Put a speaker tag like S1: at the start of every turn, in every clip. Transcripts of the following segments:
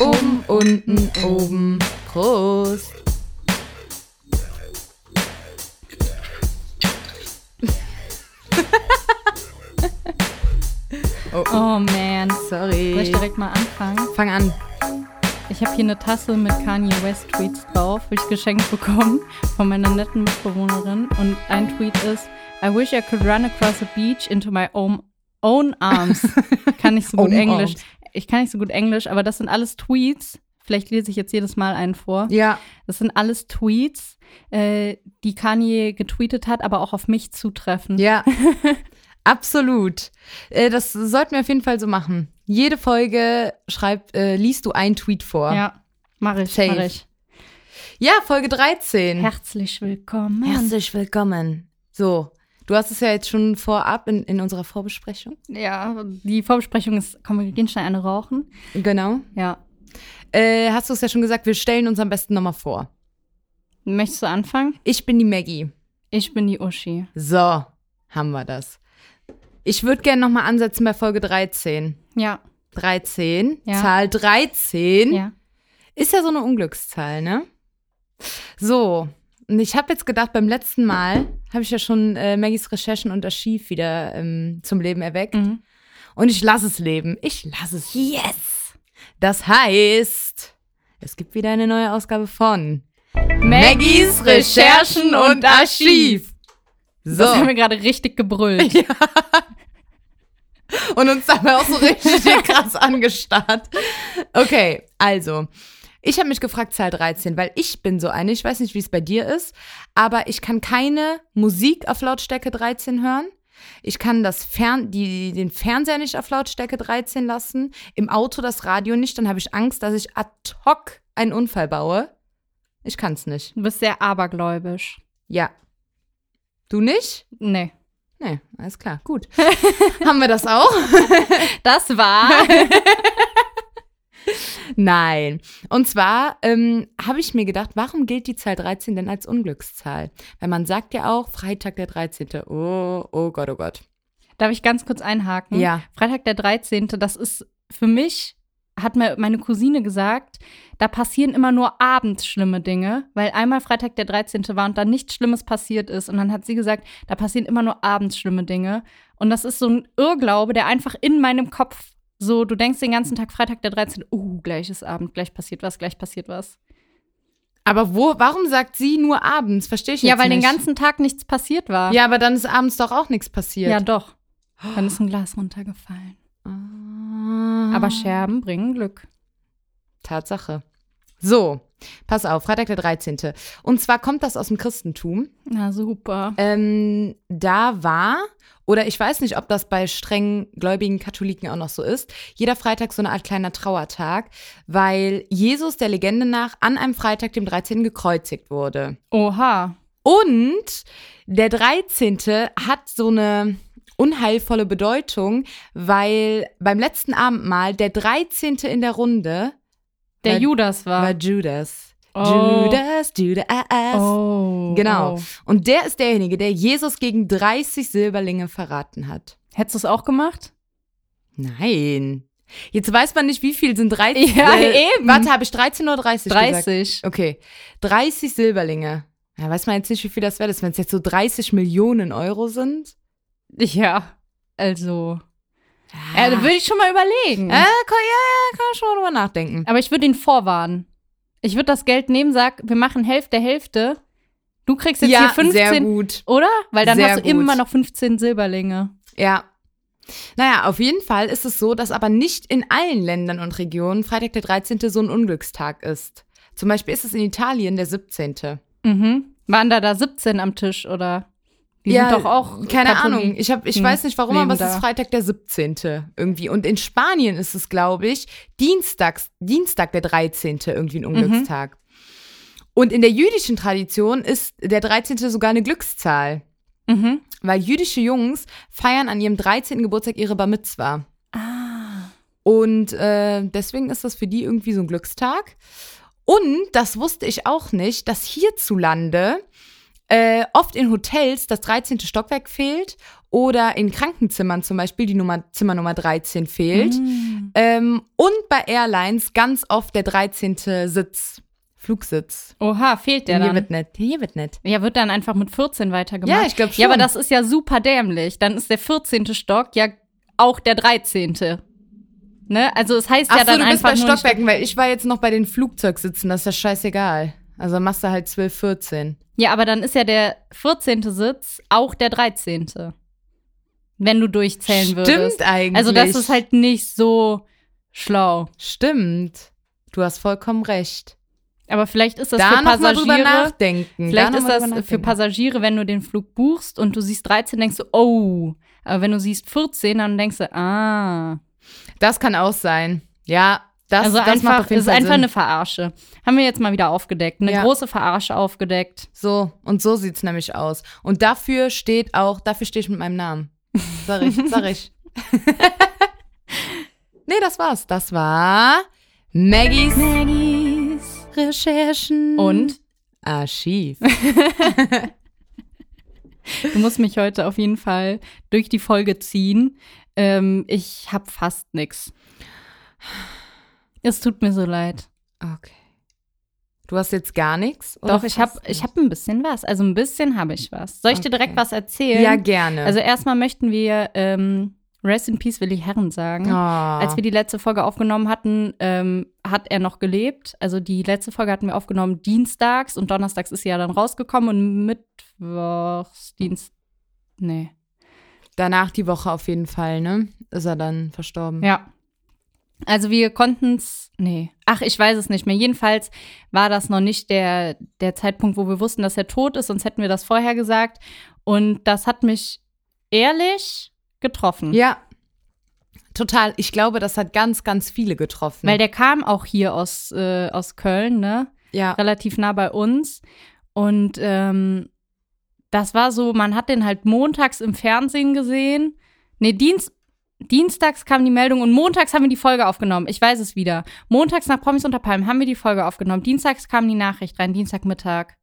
S1: Oben, unten, oben. Prost. oh, oh,
S2: Oh man. Soll ich
S1: sorry.
S2: direkt mal anfangen?
S1: Fang an.
S2: Ich habe hier eine Tasse mit Kanye West Tweets drauf, habe ich geschenkt bekommen von meiner netten Mitbewohnerin. Und ein Tweet ist: I wish I could run across a beach into my own, own arms. kann nicht so gut
S1: Own
S2: Englisch.
S1: arms.
S2: Ich kann nicht so gut Englisch, aber das sind alles Tweets. Vielleicht lese ich jetzt jedes Mal einen vor.
S1: Ja.
S2: Das sind alles Tweets, äh, die Kanye getweetet hat, aber auch auf mich zutreffen.
S1: Ja, absolut. Äh, Das sollten wir auf jeden Fall so machen. Jede Folge schreibt, äh, liest du einen Tweet vor.
S2: ja mache ich,
S1: Safe.
S2: mache ich.
S1: Ja, Folge 13.
S2: Herzlich willkommen.
S1: Herzlich willkommen. So, du hast es ja jetzt schon vorab in, in unserer Vorbesprechung.
S2: Ja, die Vorbesprechung ist, komm, wir gehen schnell eine rauchen.
S1: Genau.
S2: Ja.
S1: Äh, hast du es ja schon gesagt, wir stellen uns am besten nochmal vor.
S2: Möchtest du anfangen?
S1: Ich bin die Maggie.
S2: Ich bin die Uschi.
S1: So, haben wir das. Ich würde gerne nochmal ansetzen bei Folge 13.
S2: Ja.
S1: 13,
S2: Ja.
S1: Zahl 13.
S2: Ja.
S1: Ist ja so eine Unglückszahl, ne? So, und ich habe jetzt gedacht, beim letzten Mal habe ich ja schon äh, Maggies Recherchen und Archiv wieder ähm, zum Leben erweckt.
S2: Mhm.
S1: Und ich lasse es leben. Ich lasse es. Yes! Das heißt, es gibt wieder eine neue Ausgabe von Maggies Recherchen und Archiv. So,
S2: Das haben wir gerade richtig gebrüllt.
S1: und uns dabei auch so richtig krass angestarrt. Okay, also. Ich habe mich gefragt, Zahl 13, weil ich bin so eine, ich weiß nicht, wie es bei dir ist, aber ich kann keine Musik auf Lautstärke 13 hören. Ich kann das Fern die, den Fernseher nicht auf Lautstärke 13 lassen, im Auto das Radio nicht, dann habe ich Angst, dass ich ad hoc einen Unfall baue. Ich kann es nicht.
S2: Du bist sehr abergläubisch.
S1: Ja. Du nicht?
S2: Nee.
S1: Nee, alles klar, gut. Haben wir das auch?
S2: Das war.
S1: Nein. Und zwar ähm, habe ich mir gedacht, warum gilt die Zahl 13 denn als Unglückszahl? Weil man sagt ja auch, Freitag der 13. Oh, oh Gott, oh Gott.
S2: Darf ich ganz kurz einhaken?
S1: Ja.
S2: Freitag der 13. Das ist für mich, hat mir meine Cousine gesagt, da passieren immer nur abends schlimme Dinge, weil einmal Freitag der 13. war und dann nichts Schlimmes passiert ist. Und dann hat sie gesagt, da passieren immer nur abends schlimme Dinge. Und das ist so ein Irrglaube, der einfach in meinem Kopf so, du denkst den ganzen Tag Freitag der 13. Uh, gleich ist Abend, gleich passiert was, gleich passiert was.
S1: Aber wo, warum sagt sie nur abends? Verstehe ich jetzt
S2: ja, weil
S1: nicht.
S2: den ganzen Tag nichts passiert war.
S1: Ja, aber dann ist abends doch auch nichts passiert.
S2: ja doch. Dann ist ein Glas runtergefallen.
S1: Ah.
S2: Aber Scherben bringen Glück.
S1: Tatsache. So, pass auf, Freitag der 13. Und zwar kommt das aus dem Christentum.
S2: Na super.
S1: Ähm, da war, oder ich weiß nicht, ob das bei streng gläubigen Katholiken auch noch so ist, jeder Freitag so eine Art kleiner Trauertag, weil Jesus der Legende nach an einem Freitag, dem 13. gekreuzigt wurde.
S2: Oha.
S1: Und der 13. hat so eine unheilvolle Bedeutung, weil beim letzten Abendmahl der 13. in der Runde
S2: Der
S1: Weil-
S2: Judas
S1: war
S2: war.
S1: Judas.
S2: Ah. Oh.
S1: Judas, Judas.
S2: Oh.
S1: Genau.
S2: Oh.
S1: Und der ist derjenige, der Jesus gegen 30 Silberlinge verraten hat.
S2: Hättest du es auch gemacht?
S1: Nein. Jetzt weiß man nicht, wie viel sind 30.
S2: Ja, eben.
S1: Warte, habe ich 13 oder 30 gesagt?
S2: 30.
S1: Okay. 30 Silberlinge. Ja, weiß man jetzt nicht, wie viel das wäre, wenn es jetzt so 30 Millionen Euro sind.
S2: Ja. Also.
S1: Ah.
S2: Äh, da würde ich schon mal überlegen.
S1: Äh, kann, ja, ja, kann man schon mal drüber nachdenken.
S2: Aber ich würde ihn vorwarnen. Ich würde das Geld nehmen, sag, wir machen Hälfte, Hälfte. Du kriegst jetzt hier 15.
S1: sehr gut.
S2: Oder? Weil dann
S1: Sehr
S2: hast du
S1: gut.
S2: immer noch 15 Silberlinge.
S1: Ja. Naja, auf jeden Fall ist es so, dass aber nicht in allen Ländern und Regionen Freitag der 13. so ein Unglückstag ist. Zum Beispiel ist es in Italien der 17.
S2: Mhm. Waren da da 17 am Tisch oder? Die sind doch auch.
S1: Keine
S2: Katholiken. Hm,
S1: Ahnung. Ich, hab, ich weiß nicht warum,
S2: leben
S1: aber es ist
S2: da.
S1: Freitag der 17. irgendwie. Und in Spanien ist es, glaube ich, Dienstags, Dienstag der 13. irgendwie
S2: Mhm.
S1: ein Unglückstag. Und in der jüdischen Tradition ist der 13. sogar eine Glückszahl.
S2: Mhm.
S1: Weil jüdische Jungs feiern an ihrem 13. Geburtstag ihre Bar Mitzwa.
S2: Ah.
S1: Und äh, deswegen ist das für die irgendwie so ein Glückstag. Und das wusste ich auch nicht, dass hierzulande äh, oft in Hotels das 13. Stockwerk fehlt oder in Krankenzimmern zum Beispiel die Nummer, Zimmer Nummer 13 fehlt.
S2: Mm.
S1: Ähm, und bei Airlines ganz oft der 13. Sitz, Flugsitz.
S2: Oha, fehlt der
S1: Den hier
S2: dann.
S1: wird nicht, den hier wird nicht.
S2: Ja, wird dann einfach mit 14 weitergemacht.
S1: Ja, ich glaub
S2: Ja, aber
S1: schon.
S2: das ist ja super dämlich. Dann ist der 14. Stock ja auch der 13. Ne? Also es heißt
S1: Ach
S2: ja
S1: so,
S2: dann
S1: du bist
S2: einfach
S1: bei
S2: nur ein
S1: Stockwerken, weil ich war jetzt noch bei den Flugzeugsitzen, das ist ja scheißegal. Also machst du halt 12, 14.
S2: Stock- Ja, aber dann ist ja der 14. Sitz auch der 13. Wenn du durchzählen
S1: Stimmt
S2: würdest.
S1: eigentlich.
S2: Also das ist halt nicht so schlau.
S1: Stimmt. Du hast vollkommen recht.
S2: Aber vielleicht ist das
S1: da
S2: für
S1: nochmal drüber
S2: Passagiere.
S1: nachdenken.
S2: Vielleicht
S1: da noch
S2: ist
S1: mal drüber
S2: das für
S1: nachdenken.
S2: Passagiere, wenn du den Flug buchst und du siehst 13, denkst du, oh. Aber wenn du siehst 14, dann denkst du, ah.
S1: Das kann auch sein. Ja, das,
S2: also
S1: das macht
S2: einfach,
S1: auf jeden
S2: ist
S1: Fall
S2: einfach
S1: Sinn.
S2: eine Verarsche. Haben wir jetzt mal wieder aufgedeckt. Eine
S1: Ja.
S2: große Verarsche aufgedeckt.
S1: So, und so sieht's nämlich aus. Und dafür steht auch, dafür stehe ich mit meinem Namen. Sag ich, sag ich. nee, das war's. Das war Maggies
S2: Maggies.
S1: Recherchen
S2: Und
S1: Archiv.
S2: du musst mich heute auf jeden Fall durch die Folge ziehen. Ähm, ich habe fast nichts. Es tut mir so leid.
S1: Okay. Du hast jetzt gar nichts? oder
S2: Doch, ich habe
S1: Oh, fast
S2: ich
S1: nichts?
S2: hab ein bisschen was. Also ein bisschen habe ich was. Soll ich dir direkt
S1: Okay.
S2: was erzählen?
S1: Ja, gerne.
S2: Also erstmal möchten wir ähm, Rest in Peace Willi Herren sagen.
S1: Ah.
S2: Als wir die letzte Folge aufgenommen hatten, ähm, hat er noch gelebt. Also die letzte Folge hatten wir aufgenommen dienstags und donnerstags ist sie ja dann rausgekommen und mittwochs, Dienst. Nee.
S1: Danach die Woche auf jeden Fall, ne? Ist er dann verstorben.
S2: Ja. Also wir konnten es. Nee. Ach, ich weiß es nicht mehr. Jedenfalls war das noch nicht der, der Zeitpunkt, wo wir wussten, dass er tot ist, sonst hätten wir das vorher gesagt. Und das hat mich ehrlich getroffen.
S1: Ja. Total. Ich glaube, das hat ganz, ganz viele getroffen.
S2: Weil der kam auch hier aus, äh, aus Köln, ne?
S1: ja.
S2: Relativ nah bei uns. Und ähm, das war so, man hat den halt montags im Fernsehen gesehen. Ne, Dienst, dienstags kam die Meldung und montags haben wir die Folge aufgenommen. Ich weiß es wieder. Montags nach Promis unter Palmen haben wir die Folge aufgenommen. Dienstags kam die Nachricht rein, Dienstagmittag.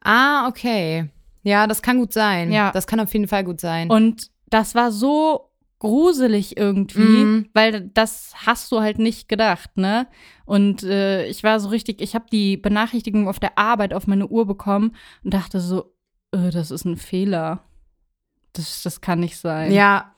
S1: Ah, okay. Ja, das kann gut sein.
S2: Ja.
S1: Das kann auf jeden Fall gut sein.
S2: Und das war so gruselig irgendwie,
S1: Mhm.
S2: weil das hast du halt nicht gedacht, ne? Und äh, ich war so richtig, ich habe die Benachrichtigung auf der Arbeit auf meine Uhr bekommen und dachte so, äh, das ist ein Fehler. Das, das kann nicht sein.
S1: ja.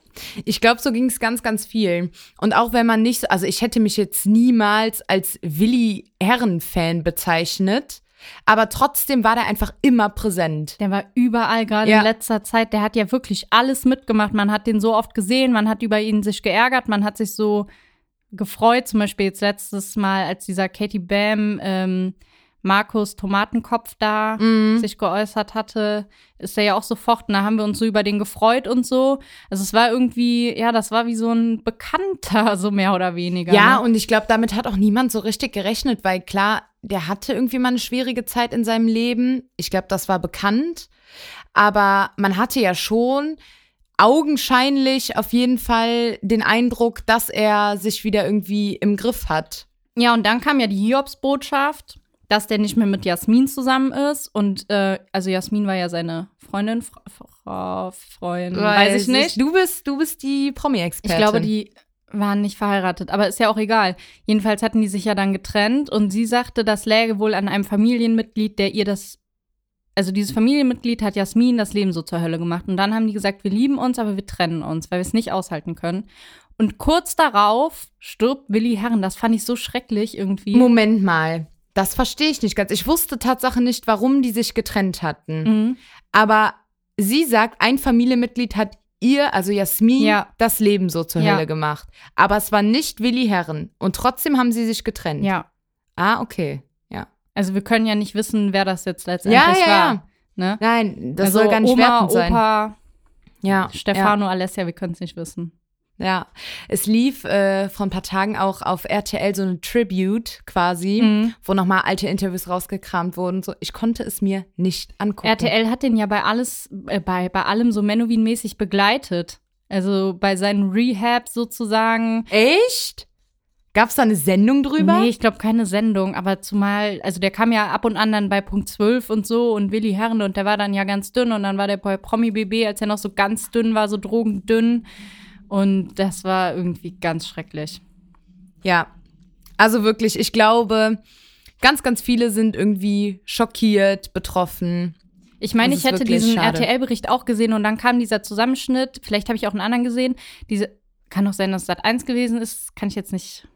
S1: Ich glaube, so ging es ganz, ganz vielen. Und auch wenn man nicht, so- also ich hätte mich jetzt niemals als Willi Herren-Fan bezeichnet, aber trotzdem war der einfach immer präsent.
S2: Der war überall, gerade
S1: Ja.
S2: in letzter Zeit. Der hat ja wirklich alles mitgemacht. Man hat den so oft gesehen, man hat über ihn sich geärgert, man hat sich so gefreut. Zum Beispiel jetzt letztes Mal, als dieser Katie Bam, ähm, Markus Tomatenkopf da
S1: Mhm.
S2: sich geäußert hatte, ist er ja auch sofort. Und da haben wir uns so über den gefreut und so. Also es war irgendwie, ja, das war wie so ein Bekannter, so mehr oder weniger.
S1: Ja,
S2: ne?
S1: und ich glaube, damit hat auch niemand so richtig gerechnet, weil klar, der hatte irgendwie mal eine schwierige Zeit in seinem Leben. Ich glaube, das war bekannt. Aber man hatte ja schon augenscheinlich auf jeden Fall den Eindruck, dass er sich wieder irgendwie im Griff hat.
S2: Ja, und dann kam ja die Hiobsbotschaft, dass der nicht mehr mit Jasmin zusammen ist. Und äh, also Jasmin war ja seine Freundin, Fra- Frau, Freundin, weiß, ich nicht.
S1: Du bist, du bist die
S2: Ich
S1: Promi-Expertin.
S2: glaube, die waren nicht verheiratet, aber ist ja auch egal. Jedenfalls hatten die sich ja dann getrennt und sie sagte, das läge wohl an einem Familienmitglied, der ihr das. Also dieses Familienmitglied hat Jasmin das Leben so zur Hölle gemacht. Und dann haben die gesagt, wir lieben uns, aber wir trennen uns, weil wir es nicht aushalten können. Und kurz darauf stirbt Willi Herren. Das fand ich so schrecklich irgendwie.
S1: Moment mal. Das verstehe ich nicht ganz. Ich wusste Tatsache nicht, warum die sich getrennt hatten.
S2: Mhm.
S1: Aber sie sagt, ein Familienmitglied hat ihr, also Jasmin,
S2: Ja.
S1: das Leben so zur
S2: Ja.
S1: Hölle gemacht. Aber es war nicht Willi Herren. Und trotzdem haben sie sich getrennt.
S2: Ja.
S1: Ah, okay. Ja.
S2: Also wir können ja nicht wissen, wer das jetzt letztendlich
S1: Ja, ja,
S2: war.
S1: ja.
S2: Ne?
S1: Nein, das
S2: also
S1: soll gar nicht
S2: Oma,
S1: wertend sein.
S2: Opa,
S1: ja.
S2: Stefano, Alessia, wir können es nicht wissen.
S1: Ja. ja. Es lief äh, vor ein paar Tagen auch auf RTL so eine Tribute quasi,
S2: Mhm.
S1: wo nochmal alte Interviews rausgekramt wurden. So, ich konnte es mir nicht angucken.
S2: RTL hat den ja bei alles, äh, bei, bei allem so Menowin-mäßig begleitet. Also bei seinen Rehabs sozusagen.
S1: Echt? Gab es da eine Sendung drüber?
S2: Nee, ich glaube keine Sendung, aber zumal, also der kam ja ab und an dann bei Punkt 12 und so und Willi Herrende und der war dann ja ganz dünn und dann war der bei Promi BB, als er noch so ganz dünn war, so drogendünn und das war irgendwie ganz schrecklich.
S1: Ja. Also wirklich, ich glaube, ganz, ganz viele sind irgendwie schockiert, betroffen.
S2: Ich meine,
S1: Das
S2: ich
S1: ist
S2: hätte
S1: wirklich
S2: diesen
S1: schade.
S2: RTL-Bericht auch gesehen und dann kam dieser Zusammenschnitt, vielleicht habe ich auch einen anderen gesehen, diese, kann auch sein, dass Sat 1 gewesen ist, kann ich jetzt nicht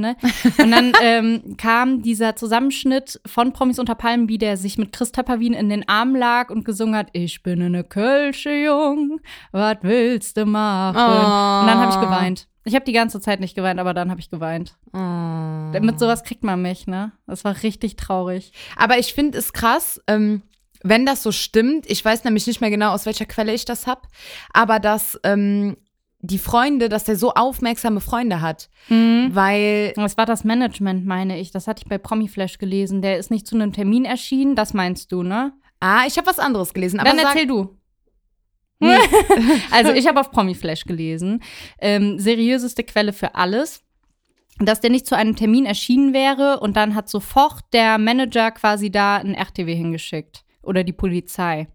S2: ne? Und dann ähm, kam dieser Zusammenschnitt von Promis unter Palmen, wie der sich mit Chris Tapperwien in den Arm lag und gesungen hat, ich bin eine Kölsche Jung, was willst du machen?
S1: Oh.
S2: Und dann habe ich geweint. Ich habe die ganze Zeit nicht geweint, aber dann habe ich geweint.
S1: Oh.
S2: Mit sowas kriegt man mich, ne? Das war richtig traurig.
S1: Aber ich finde es krass, ähm, wenn das so stimmt, ich weiß nämlich nicht mehr genau, aus welcher Quelle ich das habe, aber dass ähm, die Freunde, dass der so aufmerksame Freunde hat,
S2: Mhm.
S1: weil
S2: Das war das Management, meine ich. Das hatte ich bei Promiflash gelesen. Der ist nicht zu einem Termin erschienen, das meinst du, ne?
S1: ah, ich habe was anderes gelesen, aber
S2: Dann
S1: sag,
S2: erzähl du. also ich habe auf Promiflash gelesen, ähm, seriöseste Quelle für alles, dass der nicht zu einem Termin erschienen wäre und dann hat sofort der Manager quasi da ein RTW hingeschickt oder die Polizei.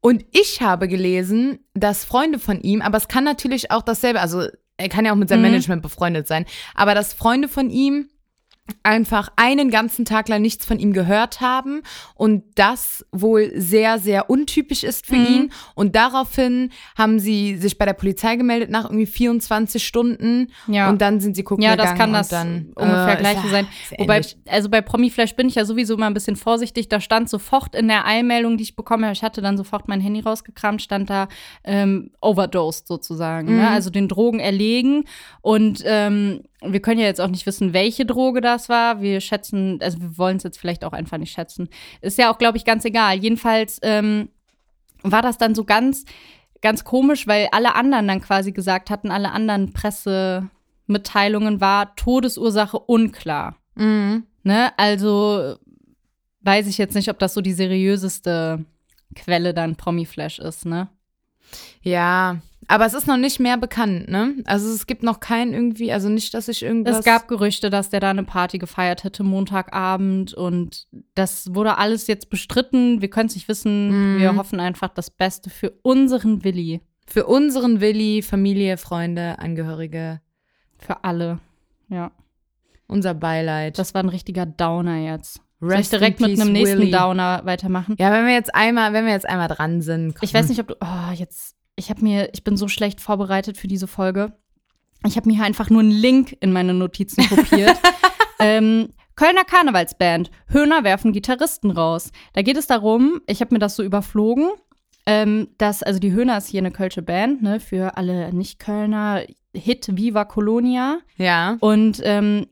S1: und ich habe gelesen, dass Freunde von ihm, aber es kann natürlich auch dasselbe, also er kann ja auch mit seinem
S2: Mhm.
S1: Management befreundet sein, aber dass Freunde von ihm einfach einen ganzen Tag lang nichts von ihm gehört haben und das wohl sehr, sehr untypisch ist
S2: Mhm.
S1: für ihn. Und daraufhin haben sie sich bei der Polizei gemeldet nach irgendwie 24 Stunden
S2: Ja.
S1: und dann sind sie gucken
S2: Ja,
S1: gegangen
S2: das kann das
S1: und dann
S2: ungefähr
S1: äh,
S2: gleiche
S1: ist-
S2: sein.
S1: ist
S2: Wobei,
S1: ähnlich.
S2: also bei Promiflash bin ich ja sowieso immer ein bisschen vorsichtig. Da stand sofort in der Eilmeldung, die ich bekommen habe, ich hatte dann sofort mein Handy rausgekramt, stand da ähm, overdosed sozusagen.
S1: Mhm.
S2: Ne? Also den Drogen erlegen. Und ähm, wir können ja jetzt auch nicht wissen, welche Droge das war. Wir schätzen, also wir wollen es jetzt vielleicht auch einfach nicht schätzen. Ist ja auch, glaube ich, ganz egal. Jedenfalls ähm, war das dann so ganz, ganz komisch, weil alle anderen dann quasi gesagt hatten, alle anderen Pressemitteilungen war Todesursache unklar.
S1: Mhm.
S2: Ne? Also weiß ich jetzt nicht, ob das so die seriöseste Quelle dann Promiflash ist, ne?
S1: Ja, aber es ist noch nicht mehr bekannt, ne? Also es gibt noch keinen irgendwie, also nicht, dass ich irgendwas.
S2: Es gab Gerüchte, dass der da eine Party gefeiert hätte Montagabend und das wurde alles jetzt bestritten. Wir können es nicht wissen.
S1: Mhm.
S2: Wir hoffen einfach das Beste für unseren Willi,
S1: für unseren Willi, Familie, Freunde, Angehörige,
S2: für alle. Ja,
S1: unser Beileid.
S2: das war ein richtiger Downer jetzt. Soll ich
S1: Rest in
S2: direkt mit
S1: peace,
S2: einem nächsten
S1: Willi.
S2: Downer weitermachen?
S1: Ja, wenn wir jetzt einmal, wenn wir jetzt einmal dran sind.
S2: Ich weiß nicht, ob du. Oh, jetzt. Ich habe mir. Ich bin so schlecht vorbereitet für diese Folge. Ich habe mir hier einfach nur einen Link in meine Notizen kopiert. ähm, Kölner Karnevalsband. Höhner werfen Gitarristen raus. Da geht es darum, ich habe mir das so überflogen, ähm, dass, also die Höhner ist hier eine kölsche Band, ne, für alle Nicht-Kölner. Hit Viva Colonia.
S1: Ja.
S2: Und ähm,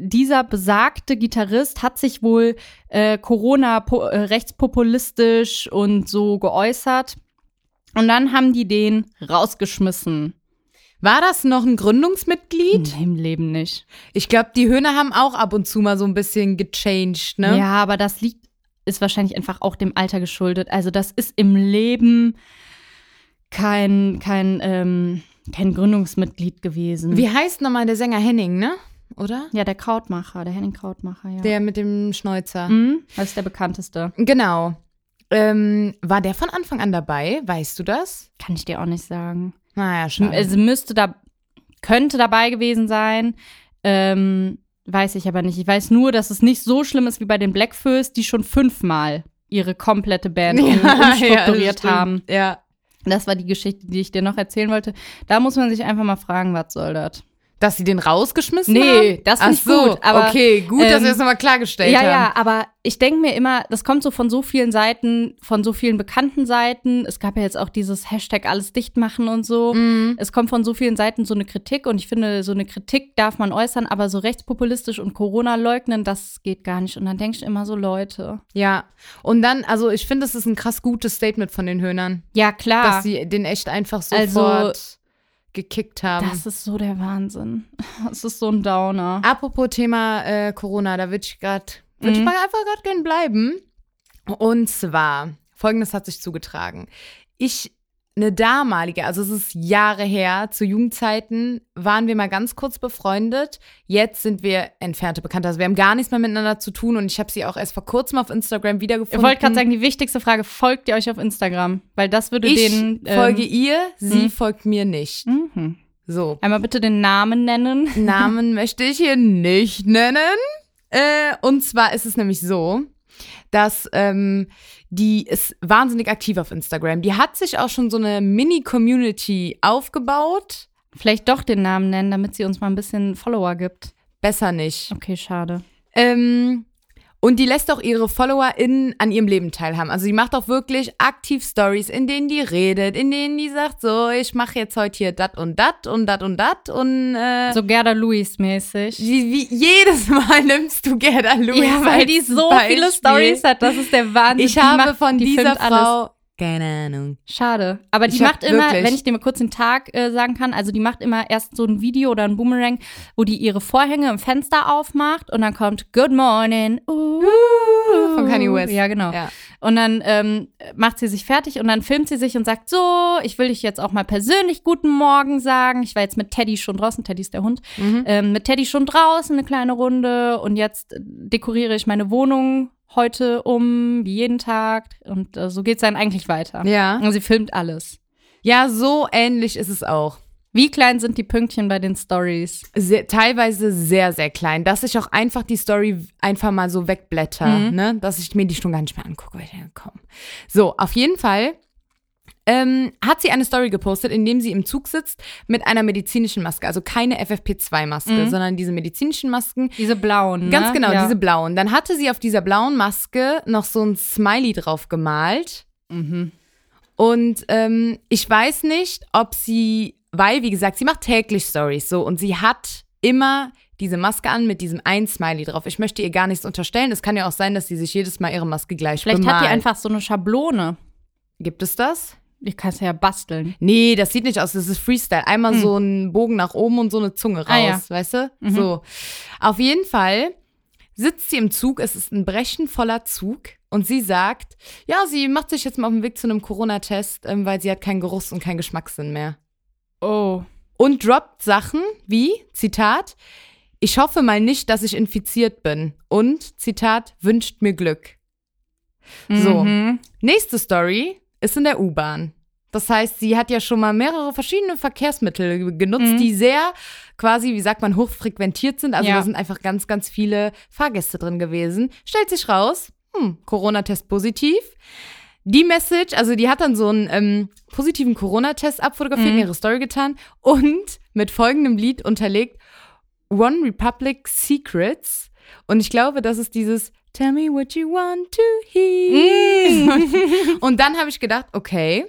S2: dieser besagte Gitarrist hat sich wohl äh, Corona po- äh, rechtspopulistisch und so geäußert. Und dann haben die den rausgeschmissen.
S1: War das noch ein Gründungsmitglied?
S2: Nee, Im Leben nicht.
S1: Ich glaube, die Höhner haben auch ab und zu mal so ein bisschen gechanged, ne?
S2: Ja, aber das liegt, ist wahrscheinlich einfach auch dem Alter geschuldet. Also das ist im Leben kein, kein, ähm, kein Gründungsmitglied gewesen.
S1: Wie heißt nochmal der Sänger Henning, ne? Oder?
S2: ja, der Krautmacher, der Henning Krautmacher, ja.
S1: Der mit dem Schnäuzer.
S2: Mhm, das ist der bekannteste.
S1: Genau. Ähm, war der von Anfang an dabei? Weißt du das?
S2: Kann ich dir auch nicht sagen.
S1: Naja, schade.
S2: Also müsste da, könnte dabei gewesen sein. Ähm, weiß ich aber nicht. Ich weiß nur, dass es nicht so schlimm ist wie bei den Blackfills, die schon fünfmal ihre komplette Band um- umstrukturiert
S1: stimmt.
S2: haben.
S1: Ja.
S2: Das war die Geschichte, die ich dir noch erzählen wollte. Da muss man sich einfach mal fragen, was soll das?
S1: Dass sie den rausgeschmissen haben?
S2: Nee, das
S1: Ach
S2: nicht
S1: so,
S2: gut, aber,
S1: okay, gut, dass
S2: ähm,
S1: wir das nochmal klargestellt
S2: Ja,
S1: haben.
S2: ja, aber ich denke mir immer, das kommt so von so vielen Seiten, von so vielen bekannten Seiten. Es gab ja jetzt auch dieses Hashtag alles dicht machen und so. Es kommt von so vielen Seiten so eine Kritik und ich finde, so eine Kritik darf man äußern, aber so rechtspopulistisch und Corona leugnen, das geht gar nicht. Und dann denkst du immer so, Leute.
S1: Ja. Und dann, also ich finde, das ist ein krass gutes Statement von den Höhnern,
S2: Ja, klar.
S1: dass sie den echt einfach
S2: Also-
S1: sofort gekickt haben.
S2: das ist so der Wahnsinn. Das ist so ein Downer.
S1: Apropos Thema äh, Corona, da würde ich gerade, würde ich
S2: Mhm.
S1: mal einfach gerade gerne bleiben. Und zwar, folgendes hat sich zugetragen. Ich eine damalige, also es ist Jahre her, zu Jugendzeiten waren wir mal ganz kurz befreundet. Jetzt sind wir entfernte Bekannte. Also wir haben gar nichts mehr miteinander zu tun und ich habe sie auch erst vor kurzem auf Instagram
S2: Ihr
S1: wiedergefunden.
S2: wollt gerade sagen, die wichtigste Frage, folgt ihr euch auf Instagram? Weil das würde
S1: ich
S2: den. ähm,
S1: folge ihr, sie
S2: hm.
S1: folgt mir nicht.
S2: Mhm.
S1: So,
S2: Einmal bitte den Namen nennen.
S1: Namen möchte ich hier nicht nennen. Äh, und zwar ist es nämlich so, dass ähm, die ist wahnsinnig aktiv auf Instagram. Die hat sich auch schon so eine Mini-Community aufgebaut.
S2: Vielleicht doch den Namen nennen, damit sie uns mal ein bisschen Follower gibt.
S1: Besser nicht.
S2: Okay, schade.
S1: Ähm, und die lässt auch ihre FollowerInnen an ihrem Leben teilhaben. Also die macht auch wirklich aktiv Stories, in denen die redet, in denen die sagt, so, ich mache jetzt heute hier dat und dat und dat und dat und äh,
S2: So Gerda Luis mäßig.
S1: wie, wie jedes Mal nimmst du Gerda Lewis.
S2: Ja, weil
S1: als
S2: die so viele
S1: Beispiel.
S2: Stories hat, das ist der Wahnsinn.
S1: Ich
S2: Die
S1: habe
S2: macht-
S1: von
S2: die
S1: dieser
S2: filmt alles.
S1: Frau keine Ahnung.
S2: Schade. Aber die
S1: Ich hab
S2: macht immer,
S1: wirklich-
S2: wenn ich dir mal kurz den Tag äh, sagen kann, also die macht immer erst so ein Video oder ein Boomerang, wo die ihre Vorhänge im Fenster aufmacht und dann kommt Good Morning. Uh,
S1: Von Kanye West.
S2: Ja, genau.
S1: Ja.
S2: Und dann ähm, macht sie sich fertig und dann filmt sie sich und sagt, so, ich will dich jetzt auch mal persönlich guten Morgen sagen. Ich war jetzt mit Teddy schon draußen, Teddy ist der Hund,
S1: Mhm.
S2: ähm, mit Teddy schon draußen eine kleine Runde und jetzt dekoriere ich meine Wohnung heute um, wie jeden Tag. Und äh, so geht es dann eigentlich weiter.
S1: Ja.
S2: Und sie filmt alles.
S1: ja, so ähnlich ist es auch.
S2: Wie klein sind die Pünktchen bei den Stories?
S1: Sehr, teilweise sehr, sehr klein, dass ich auch einfach die Story einfach mal so wegblätter,
S2: Mhm.
S1: ne? dass ich mir die schon gar nicht mehr angucke, weil ich denke, komm. So, auf jeden Fall ähm, hat sie eine Story gepostet, in dem sie im Zug sitzt mit einer medizinischen Maske, also keine FFP2-Maske,
S2: Mhm.
S1: sondern diese medizinischen Masken,
S2: Diese blauen. Ne?
S1: Ganz genau,
S2: ja.
S1: diese blauen. Dann hatte sie auf dieser blauen Maske noch so ein Smiley drauf gemalt.
S2: Mhm.
S1: Und ähm, ich weiß nicht, ob sie, weil, wie gesagt, sie macht täglich Stories so und sie hat immer diese Maske an mit diesem einen Smiley drauf. Ich möchte ihr gar nichts unterstellen. Es kann ja auch sein, dass sie sich jedes Mal ihre Maske gleich
S2: Vielleicht
S1: bemalt.
S2: hat die einfach so eine Schablone.
S1: Gibt es das?
S2: Ich kann es ja basteln.
S1: Nee, das sieht nicht aus. Das ist Freestyle. Einmal so ein Bogen nach oben und so eine Zunge raus,
S2: Hm. Ah, ja.
S1: weißt du? So. Auf jeden Fall sitzt sie im Zug. Es ist ein brechenvoller Zug. Und sie sagt, ja, sie macht sich jetzt mal auf den Weg zu einem Corona-Test, ähm, weil sie hat keinen Geruchs- und keinen Geschmackssinn mehr.
S2: Oh.
S1: Und droppt Sachen wie, Zitat, ich hoffe mal nicht, dass ich infiziert bin. Und, Zitat, wünscht mir Glück. So.
S2: Mhm.
S1: Nächste Story ist in der U-Bahn. Das heißt, sie hat ja schon mal mehrere verschiedene Verkehrsmittel genutzt, die sehr quasi, wie sagt man, hochfrequentiert sind. Also
S2: Mhm. Ja.
S1: da sind einfach ganz, ganz viele Fahrgäste drin gewesen. Stellt sich raus, hm, Corona-Test positiv. Die Message, also die hat dann so einen ähm, positiven Corona-Test abfotografiert,
S2: Mhm.
S1: in ihre Story getan und mit folgendem Lied unterlegt One Republic Secrets. Und ich glaube, das ist dieses Tell me what you want to hear. Und dann habe ich gedacht, okay.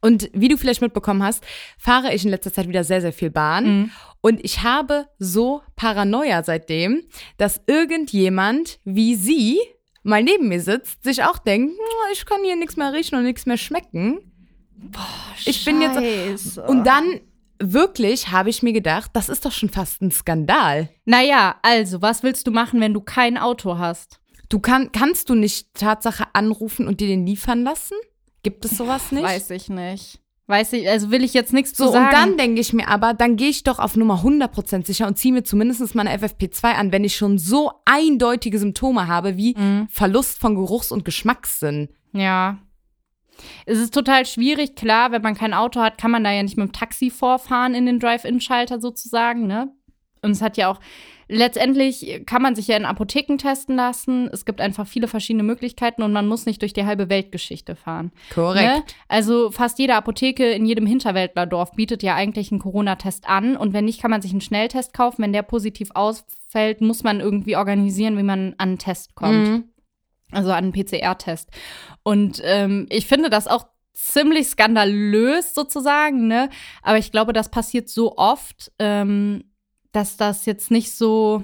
S1: Und wie du vielleicht mitbekommen hast, fahre ich in letzter Zeit wieder sehr, sehr viel Bahn. Und ich habe so Paranoia seitdem, dass irgendjemand wie sie mal neben mir sitzt, sich auch denkt, "Oh, ich kann hier nichts mehr riechen und nichts mehr schmecken. ich bin jetzt-
S2: Scheiße.
S1: Und dann wirklich habe ich mir gedacht, das ist doch schon fast ein Skandal.
S2: Naja, also, was willst du machen, wenn du kein Auto hast?
S1: Du kann, kannst du nicht Tatsache anrufen und dir den liefern lassen? Gibt es sowas nicht?
S2: Weiß ich nicht. Weiß ich, also will ich jetzt nichts
S1: So,
S2: zu sagen.
S1: und dann denke ich mir aber, dann gehe ich doch auf Nummer 100% sicher und ziehe mir zumindest meine FFP2 an, wenn ich schon so eindeutige Symptome habe wie
S2: Mhm.
S1: Verlust von Geruchs- und Geschmackssinn.
S2: Ja. Es ist total schwierig, klar, wenn man kein Auto hat, kann man da ja nicht mit dem Taxi vorfahren in den Drive-In-Schalter sozusagen, ne? Und es hat ja auch, letztendlich kann man sich ja in Apotheken testen lassen. Es gibt einfach viele verschiedene Möglichkeiten und man muss nicht durch die halbe Weltgeschichte fahren. Ne? Also fast jede Apotheke in jedem Hinterwäldlerdorf bietet ja eigentlich einen Corona-Test an. Und wenn nicht, kann man sich einen Schnelltest kaufen. Wenn der positiv ausfällt, muss man irgendwie organisieren, wie man an einen Test kommt.
S1: Mhm.
S2: Also an einen PCR-Test. Und ähm, ich finde das auch ziemlich skandalös sozusagen, ne? Aber ich glaube, das passiert so oft, ähm, dass das jetzt nicht so.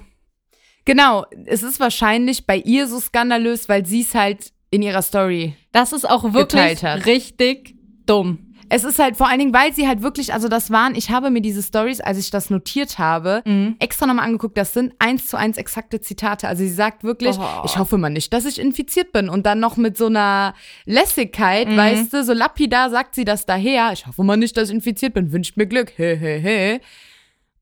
S1: Genau, es ist wahrscheinlich bei ihr so skandalös, weil sie es halt in ihrer Story.
S2: Das ist auch wirklich
S1: Geteilt hat.
S2: richtig dumm.
S1: Es ist halt vor allen Dingen, weil sie halt wirklich, also das waren, ich habe mir diese Stories, als ich das notiert habe, extra nochmal angeguckt, das sind eins zu eins exakte Zitate. Also sie sagt wirklich,
S2: Oh.
S1: ich hoffe mal nicht, dass ich infiziert bin. Und dann noch mit so einer Lässigkeit, weißt du, so lapidar sagt sie das daher, ich hoffe mal nicht, dass ich infiziert bin, wünscht mir Glück, he, he, he.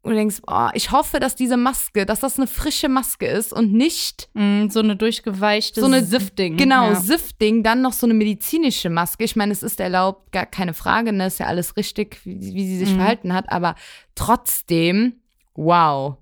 S1: Und du denkst, oh, ich hoffe, dass diese Maske, dass das eine frische Maske ist und nicht
S2: Mm, so eine durchgeweichte
S1: So eine-
S2: Sifting.
S1: Genau,
S2: ja.
S1: Sifting, dann noch so eine medizinische Maske. Ich meine, es ist erlaubt, gar keine Frage, ne? Ist ja alles richtig, wie, wie sie sich verhalten hat, aber trotzdem, wow.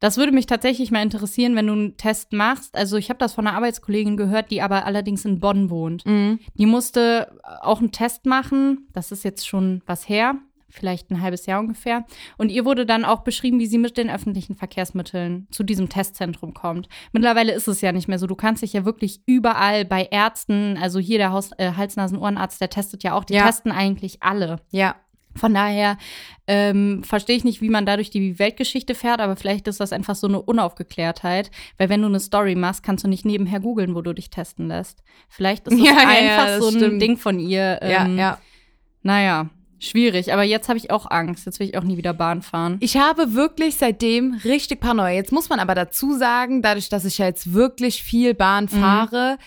S2: Das würde mich tatsächlich mal interessieren, wenn du einen Test machst. Also ich habe das von einer Arbeitskollegin gehört, die aber allerdings in Bonn wohnt. Die musste äh, auch einen Test machen. Das ist jetzt schon was her, vielleicht ein halbes Jahr ungefähr. Und ihr wurde dann auch beschrieben, wie sie mit den öffentlichen Verkehrsmitteln zu diesem Testzentrum kommt. Mittlerweile ist es ja nicht mehr so. Du kannst dich ja wirklich überall bei Ärzten, also hier der Haus, äh, Hals-Nasen-Ohrenarzt, der testet ja auch. Die
S1: Ja.
S2: testen eigentlich alle.
S1: Ja.
S2: Von daher ähm, verstehe ich nicht, wie man dadurch die Weltgeschichte fährt, aber vielleicht ist das einfach so eine Unaufgeklärtheit, weil wenn du eine Story machst, kannst du nicht nebenher googeln, wo du dich testen lässt. Vielleicht ist das
S1: Ja, ja, ja,
S2: einfach
S1: das
S2: so ein
S1: stimmt.
S2: Ding von ihr. Ähm,
S1: ja, ja.
S2: Naja, schwierig, aber jetzt habe ich auch Angst. Jetzt will ich auch nie wieder Bahn fahren.
S1: Ich habe wirklich seitdem richtig Paranoia. Jetzt muss man aber dazu sagen, dadurch, dass ich ja jetzt wirklich viel Bahn fahre,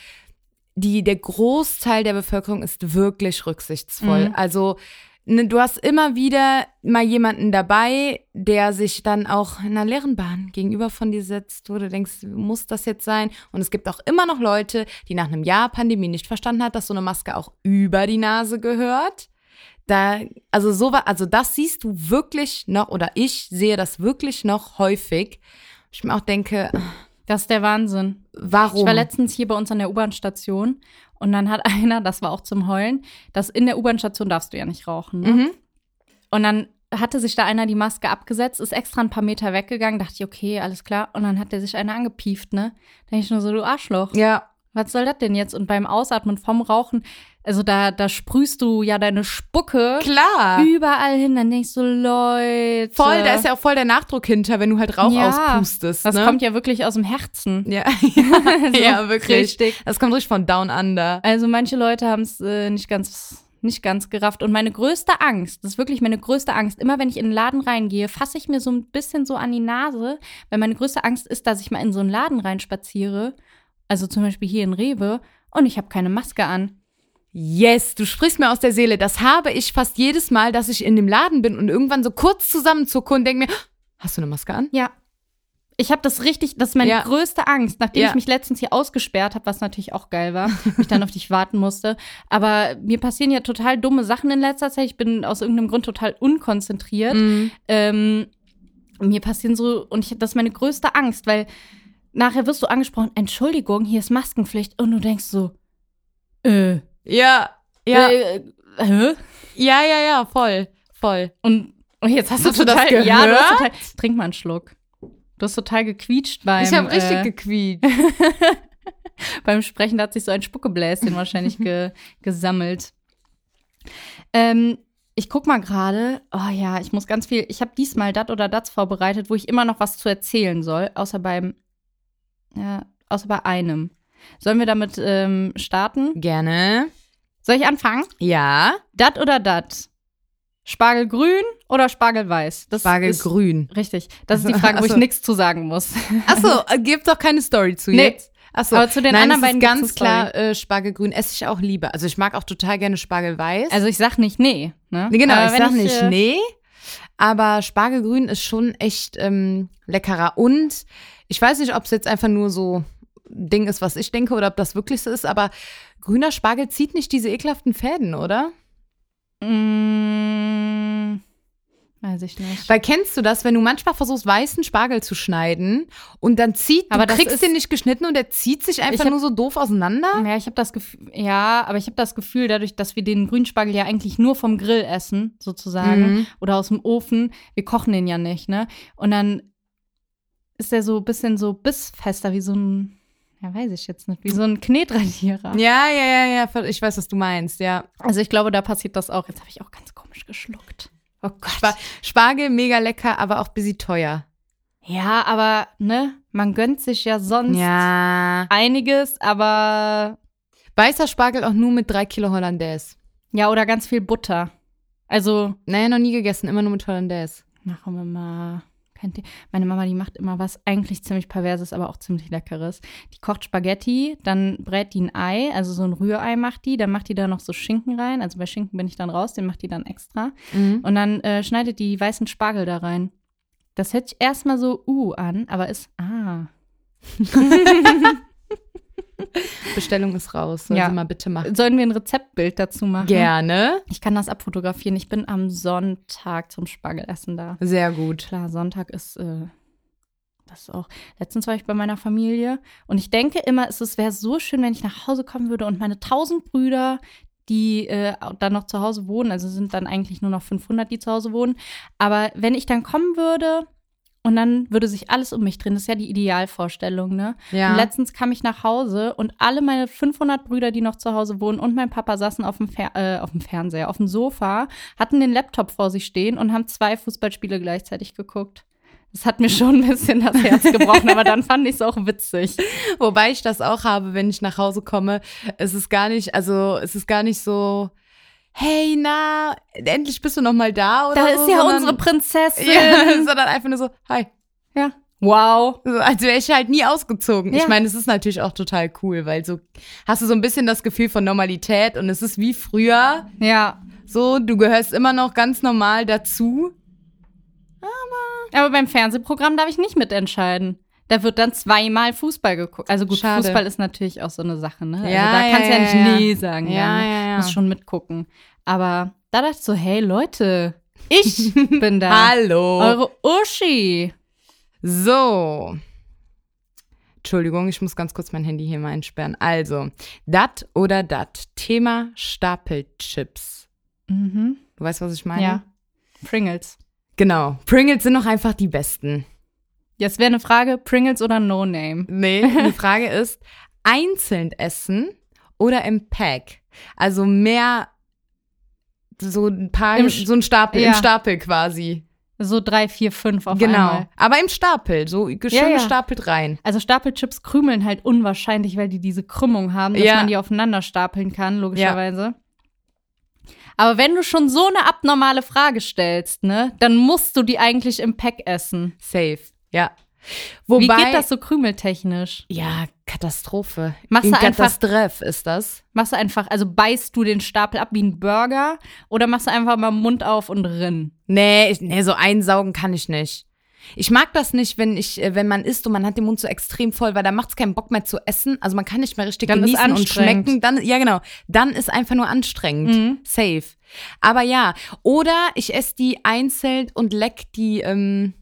S1: die, der Großteil der Bevölkerung ist wirklich rücksichtsvoll. Also ne, du hast immer wieder mal jemanden dabei, der sich dann auch in einer leeren Bahn gegenüber von dir setzt, wo du denkst, muss das jetzt sein? Und es gibt auch immer noch Leute, die nach einem Jahr Pandemie nicht verstanden hat, dass so eine Maske auch über die Nase gehört. Da, also so wa- also das siehst du wirklich noch, oder ich sehe das wirklich noch häufig. Ich mir auch denke,
S2: Das ist der Wahnsinn.
S1: warum?
S2: Ich war letztens hier bei uns an der U-Bahn-Station und dann hat einer, das war auch zum Heulen, dass in der U-Bahn-Station darfst du ja nicht rauchen. Ne?
S1: Mhm.
S2: Und dann hatte sich da einer die Maske abgesetzt, ist extra ein paar Meter weggegangen, dachte ich, okay, alles klar. Und dann hat der sich einer angepieft, ne? Da denke ich nur so, du Arschloch,
S1: ja,
S2: was soll das denn jetzt? Und beim Ausatmen vom Rauchen, also da, da sprühst du ja deine Spucke
S1: klar.
S2: überall hin. Dann denkst du, Leute.
S1: Voll, da ist ja auch voll der Nachdruck hinter, wenn du halt Rauch
S2: Ja,
S1: auspustest.
S2: Das
S1: ne?
S2: kommt ja wirklich aus dem Herzen.
S1: ja, ja,
S2: So
S1: ja, wirklich.
S2: richtig.
S1: Das kommt richtig von Down Under.
S2: Also manche Leute haben es äh, nicht ganz nicht ganz gerafft. Und meine größte Angst, das ist wirklich meine größte Angst, immer wenn ich in einen Laden reingehe, fasse ich mir so ein bisschen so an die Nase, weil meine größte Angst ist, dass ich mal in so einen Laden reinspaziere, also zum Beispiel hier in Rewe, und ich habe keine Maske an.
S1: Yes, du sprichst mir aus der Seele. Das habe ich fast jedes Mal, dass ich in dem Laden bin und irgendwann so kurz zusammenzucke und denke mir, hast du eine Maske an?
S2: Ja. Ich habe das richtig, das ist meine
S1: Ja.
S2: größte Angst, nachdem
S1: Ja.
S2: ich mich letztens hier ausgesperrt habe, was natürlich auch geil war, mich dann auf dich warten musste. Aber mir passieren ja total dumme Sachen in letzter Zeit. Ich bin aus irgendeinem Grund total unkonzentriert. ähm, mir passieren so, und ich, das ist meine größte Angst, weil nachher wirst du angesprochen, Entschuldigung, hier ist Maskenpflicht, und du denkst so, äh,
S1: Ja, ja,
S2: äh, hä?
S1: ja, ja, ja, voll, voll.
S2: Und, und jetzt hast du
S1: Hast du das
S2: total, ja, du
S1: gehört?
S2: hast total, trink mal einen Schluck. Du hast total gequietscht beim,
S1: ich habe richtig
S2: äh,
S1: gequiet.
S2: beim Sprechen, da hat sich so ein Spuckebläschen wahrscheinlich ge, gesammelt. Ähm, ich guck mal gerade, oh ja, ich muss ganz viel, ich habe diesmal dat oder dats vorbereitet, wo ich immer noch was zu erzählen soll, außer beim, ja, außer bei einem. Sollen wir damit ähm, starten?
S1: Gerne.
S2: Soll ich anfangen?
S1: Ja.
S2: Dat oder dat? Spargelgrün oder Spargelweiß? Das ist,
S1: Spargelgrün.
S2: Richtig. Das ist die Frage, wo
S1: Ach so.
S2: ich nichts zu sagen muss.
S1: Achso, gibt äh, doch keine Story zu
S2: Nee.
S1: jetzt. Achso,
S2: Aber zu den
S1: Nein,
S2: anderen
S1: es
S2: beiden
S1: ist
S2: gibt's
S1: ganz
S2: eine Story.
S1: klar äh, Spargelgrün esse ich auch lieber. Also ich mag auch total gerne Spargelweiß.
S2: Also ich sag nicht nee. Ne?
S1: Nee, genau,
S2: Aber
S1: ich
S2: wenn
S1: sag nicht
S2: äh,
S1: nee. Aber Spargelgrün ist schon echt ähm, leckerer. Und ich weiß nicht, ob es jetzt einfach nur so Ding ist, was ich denke, oder ob das wirklich so ist, aber grüner Spargel zieht nicht diese ekelhaften Fäden, oder?
S2: Mm, weiß ich nicht.
S1: Weil kennst du das, wenn du manchmal versuchst, weißen Spargel zu schneiden und dann zieht,
S2: Aber
S1: du
S2: das
S1: kriegst
S2: ist-
S1: den nicht geschnitten und der zieht sich einfach
S2: hab-
S1: nur so doof auseinander?
S2: ja, ich habe das Gefühl, ja, aber ich habe das Gefühl, dadurch, dass wir den Grünspargel ja eigentlich nur vom Grill essen, sozusagen,
S1: Mhm.
S2: oder aus dem Ofen, wir kochen den ja nicht, ne? Und dann ist der so ein bisschen so bissfester, wie so ein, ja, weiß ich jetzt nicht, wie so ein Knetradierer.
S1: Ja, ja, ja, ja, ver- ich weiß, was du meinst, ja.
S2: Also ich glaube, da passiert das auch. Jetzt habe ich auch ganz komisch geschluckt. Oh Gott.
S1: Spa Spargel mega lecker, aber auch busy teuer.
S2: Ja, aber, ne, man gönnt sich ja sonst
S1: Ja.
S2: einiges, aber
S1: Weißer Spargel auch nur mit drei Kilo Hollandaise.
S2: ja, oder ganz viel Butter. Also,
S1: Naja, noch nie gegessen, immer nur mit Hollandaise.
S2: machen wir mal. Kennt ihr? Meine Mama, die macht immer was eigentlich ziemlich perverses, aber auch ziemlich leckeres. Die kocht Spaghetti, dann brät die ein Ei, also so ein Rührei macht die, dann macht die da noch so Schinken rein. Also bei Schinken bin ich dann raus, den macht die dann extra.
S1: Mhm.
S2: Und dann äh, schneidet die weißen Spargel da rein. Das hört sich erstmal so uh an, aber ist ah.
S1: Bestellung ist raus. Soll
S2: Ja.
S1: sie mal bitte machen.
S2: Sollen wir ein Rezeptbild dazu machen?
S1: Gerne.
S2: Ich kann das abfotografieren. Ich bin am Sonntag zum Spargelessen da.
S1: Sehr gut.
S2: Klar, Sonntag ist äh, das ist auch. Letztens war ich bei meiner Familie und ich denke immer, es ist- wäre so schön, wenn ich nach Hause kommen würde und meine tausend Brüder, die äh, auch dann noch zu Hause wohnen, also sind dann eigentlich nur noch 500, die zu Hause wohnen. Aber wenn ich dann kommen würde und dann würde sich alles um mich drehen, das ist ja die Idealvorstellung, ne? Und
S1: Ja.
S2: letztens kam ich nach Hause und alle meine 500 Brüder, die noch zu Hause wohnen und mein Papa saßen auf dem, Fer äh, auf dem Fernseher, auf dem Sofa, hatten den Laptop vor sich stehen und haben zwei Fußballspiele gleichzeitig geguckt. Das hat mir schon ein bisschen das Herz gebrochen, aber dann fand ich es auch witzig.
S1: Wobei ich das auch habe, wenn ich nach Hause komme. Es ist gar nicht, also es ist gar nicht so, hey, na, endlich bist du noch mal da oder
S2: Da
S1: so,
S2: ist ja
S1: sondern-
S2: unsere Prinzessin.
S1: Ja, sondern einfach nur so, hi.
S2: Ja. Wow.
S1: So, als wäre ich halt nie ausgezogen. Ich
S2: Ja.
S1: meine, es ist natürlich auch total cool, weil so hast du so ein bisschen das Gefühl von Normalität und es ist wie früher.
S2: Ja.
S1: So, du gehörst immer noch ganz normal dazu.
S2: Aber beim Fernsehprogramm darf ich nicht mitentscheiden. Da wird dann zweimal Fußball geguckt. Also gut,
S1: Schade.
S2: Fußball ist natürlich auch so eine Sache, ne?
S1: Ja,
S2: also da
S1: ja,
S2: kannst du ja,
S1: ja,
S2: nicht
S1: ja.
S2: nee sagen.
S1: Ja,
S2: ne?
S1: ja, ja.
S2: Muss schon mitgucken. Aber da dachte ich so, hey Leute, ich bin da.
S1: Hallo.
S2: Eure Uschi.
S1: So. Entschuldigung, ich muss ganz kurz mein Handy hier mal entsperren. Also, dat oder dat. Thema Stapelchips.
S2: Mhm.
S1: Du weißt, was ich meine?
S2: Ja. Pringles.
S1: Genau. Pringles sind noch einfach die besten.
S2: Jetzt wäre eine Frage, Pringles oder No Name?
S1: Nee, die Frage ist, einzeln essen oder im Pack? Also mehr so ein paar,
S2: Im Sch-
S1: so ein Stapel,
S2: ja.
S1: im Stapel quasi.
S2: So drei, vier, fünf auf
S1: genau.
S2: einmal.
S1: Aber im Stapel, so schön
S2: Ja, ja.
S1: gestapelt rein.
S2: Also Stapelchips krümeln halt unwahrscheinlich, weil die diese Krümmung haben, dass
S1: Ja.
S2: man die aufeinander stapeln kann, logischerweise. Aber wenn du schon so eine abnormale Frage stellst, ne, dann musst du die eigentlich im Pack essen.
S1: Safe. Ja. Wobei,
S2: Wie geht das so krümeltechnisch?
S1: Ja, Katastrophe.
S2: Machst
S1: In
S2: du einfach-
S1: Katastrophe ist das.
S2: Machst du einfach, also beißt du den Stapel ab wie ein Burger oder machst du einfach mal Mund auf und rinn?
S1: Nee, ich, nee, so einsaugen kann ich nicht. Ich mag das nicht, wenn ich, äh, wenn man isst und man hat den Mund so extrem voll, weil da macht's keinen Bock mehr zu essen. Also man kann nicht mehr richtig
S2: Dann ist
S1: genießen und
S2: anstrengend. Mhm.
S1: schmecken. Dann, ja genau, dann ist einfach nur anstrengend. Safe. Aber ja, oder ich esse die einzeln und leck die, ähm,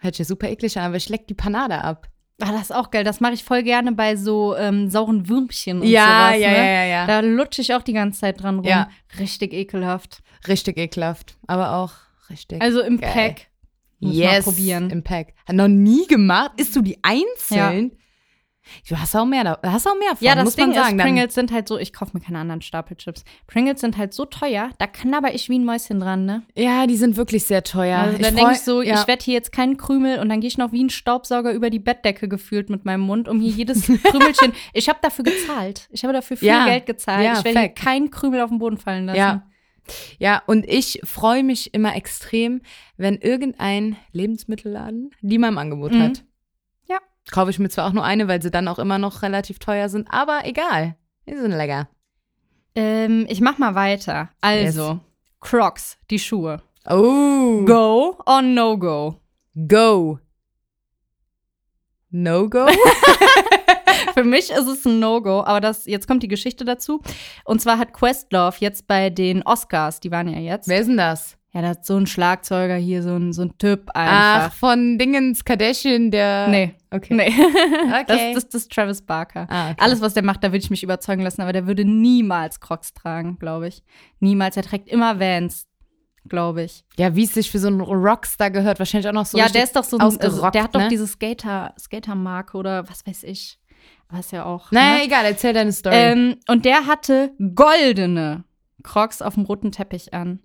S1: hört sich super eklig an, aber ich leck die Panade ab.
S2: Ah, das ist auch geil. Das mache ich voll gerne bei so ähm, sauren Würmchen und
S1: Ja,
S2: sowas.
S1: ja,
S2: ne?
S1: ja, ja, ja.
S2: Da lutsche ich auch die ganze Zeit dran rum.
S1: Ja.
S2: Richtig ekelhaft.
S1: Richtig ekelhaft, aber auch richtig.
S2: Also im
S1: Geil.
S2: Pack. Muss
S1: yes,
S2: mal probieren.
S1: im Pack. Hat noch nie gemacht. Isst du die einzeln? Du hast auch mehr, da- hast auch mehr von,
S2: ja, das
S1: muss
S2: Ding
S1: man sagen.
S2: ist,
S1: Dann-
S2: Pringles sind halt so, ich kaufe mir keine anderen Stapelchips. Pringles sind halt so teuer, da knabber ich wie ein Mäuschen dran, ne?
S1: ja, die sind wirklich sehr teuer.
S2: also dann
S1: freu-
S2: denke ich so,
S1: ja.
S2: ich werde hier jetzt keinen Krümel und dann gehe ich noch wie ein Staubsauger über die Bettdecke gefühlt mit meinem Mund, um hier jedes Krümelchen. ich habe dafür gezahlt. Ich habe dafür viel
S1: Ja,
S2: Geld gezahlt.
S1: ja,
S2: ich werde hier
S1: fact.
S2: keinen Krümel auf den Boden fallen lassen.
S1: Ja. Ja, und ich freue mich immer extrem, wenn irgendein Lebensmittelladen die mal im Angebot
S2: Mhm.
S1: hat.
S2: Ja.
S1: Kaufe ich mir zwar auch nur eine, weil sie dann auch immer noch relativ teuer sind, aber egal. Die sind lecker.
S2: Ähm, ich mach mal weiter. Also, Crocs, die Schuhe.
S1: Oh. Go.
S2: Go or no go?
S1: Go. No go?
S2: Für mich ist es ein No-Go, aber das, jetzt kommt die Geschichte dazu. Und zwar hat Questlove jetzt bei den Oscars, die waren ja jetzt.
S1: Wer ist denn das?
S2: Ja, da hat so ein Schlagzeuger hier, so ein, so ein Typ
S1: Ach,
S2: einfach.
S1: von Dingens Kardashian, der.
S2: nee.
S1: Okay.
S2: Nee.
S1: Okay.
S2: Das, das, das ist Travis Barker.
S1: Ah, okay.
S2: Alles, was der macht, da würde ich mich überzeugen lassen, aber der würde niemals Crocs tragen, glaube ich. Niemals. Er trägt immer Vans, glaube ich.
S1: Ja, wie es sich für so einen Rockstar gehört, wahrscheinlich auch noch so.
S2: ja,
S1: richtig-
S2: der ist doch so ein, also
S1: ausgerockt,
S2: der hat doch
S1: ne?
S2: diese Skater, Skater-Marke oder was weiß ich. Was ja auch. ne?
S1: Naja, egal, erzähl deine Story.
S2: Ähm, und der hatte goldene Crocs auf dem roten Teppich an.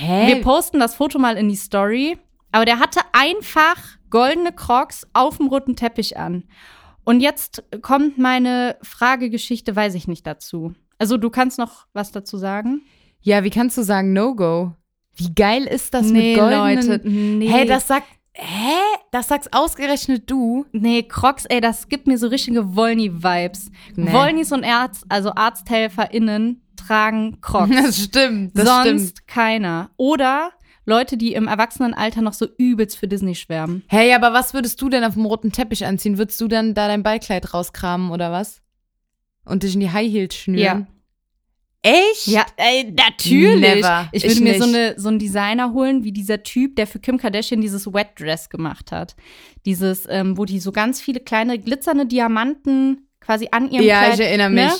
S2: Wir
S1: Hä?
S2: posten das Foto mal in die Story. Aber der hatte einfach goldene Crocs auf dem roten Teppich an. Und jetzt kommt meine Fragegeschichte, weiß ich nicht dazu. Also du kannst noch was dazu sagen?
S1: Ja, wie kannst du sagen No-Go? Wie geil ist das
S2: nee,
S1: mit goldenen...
S2: Leute, nee.
S1: Hä, das sagt... Hä? Das sagst ausgerechnet du?
S2: Nee, Crocs, ey, das gibt mir so richtige Wollny-Vibes.
S1: Nee.
S2: Wollnys und Arzt, also ArzthelferInnen tragen Crocs.
S1: Das stimmt, das
S2: Sonst
S1: stimmt.
S2: keiner. Oder Leute, die im Erwachsenenalter noch so übelst für Disney schwärmen.
S1: Hey, aber was würdest du denn auf dem roten Teppich anziehen? Würdest du dann da dein Ballkleid rauskramen oder was? Und dich in die High Heels schnüren? Echt?
S2: Ja, ey, natürlich.
S1: Never.
S2: Ich würde
S1: Ich
S2: mir
S1: nicht.
S2: so, eine, so einen Designer holen, wie dieser Typ, der für Kim Kardashian dieses Wet Dress gemacht hat. Dieses, ähm, wo die so ganz viele kleine glitzernde Diamanten quasi an ihrem
S1: Ja,
S2: Kleid.
S1: ich erinnere mich.
S2: ne?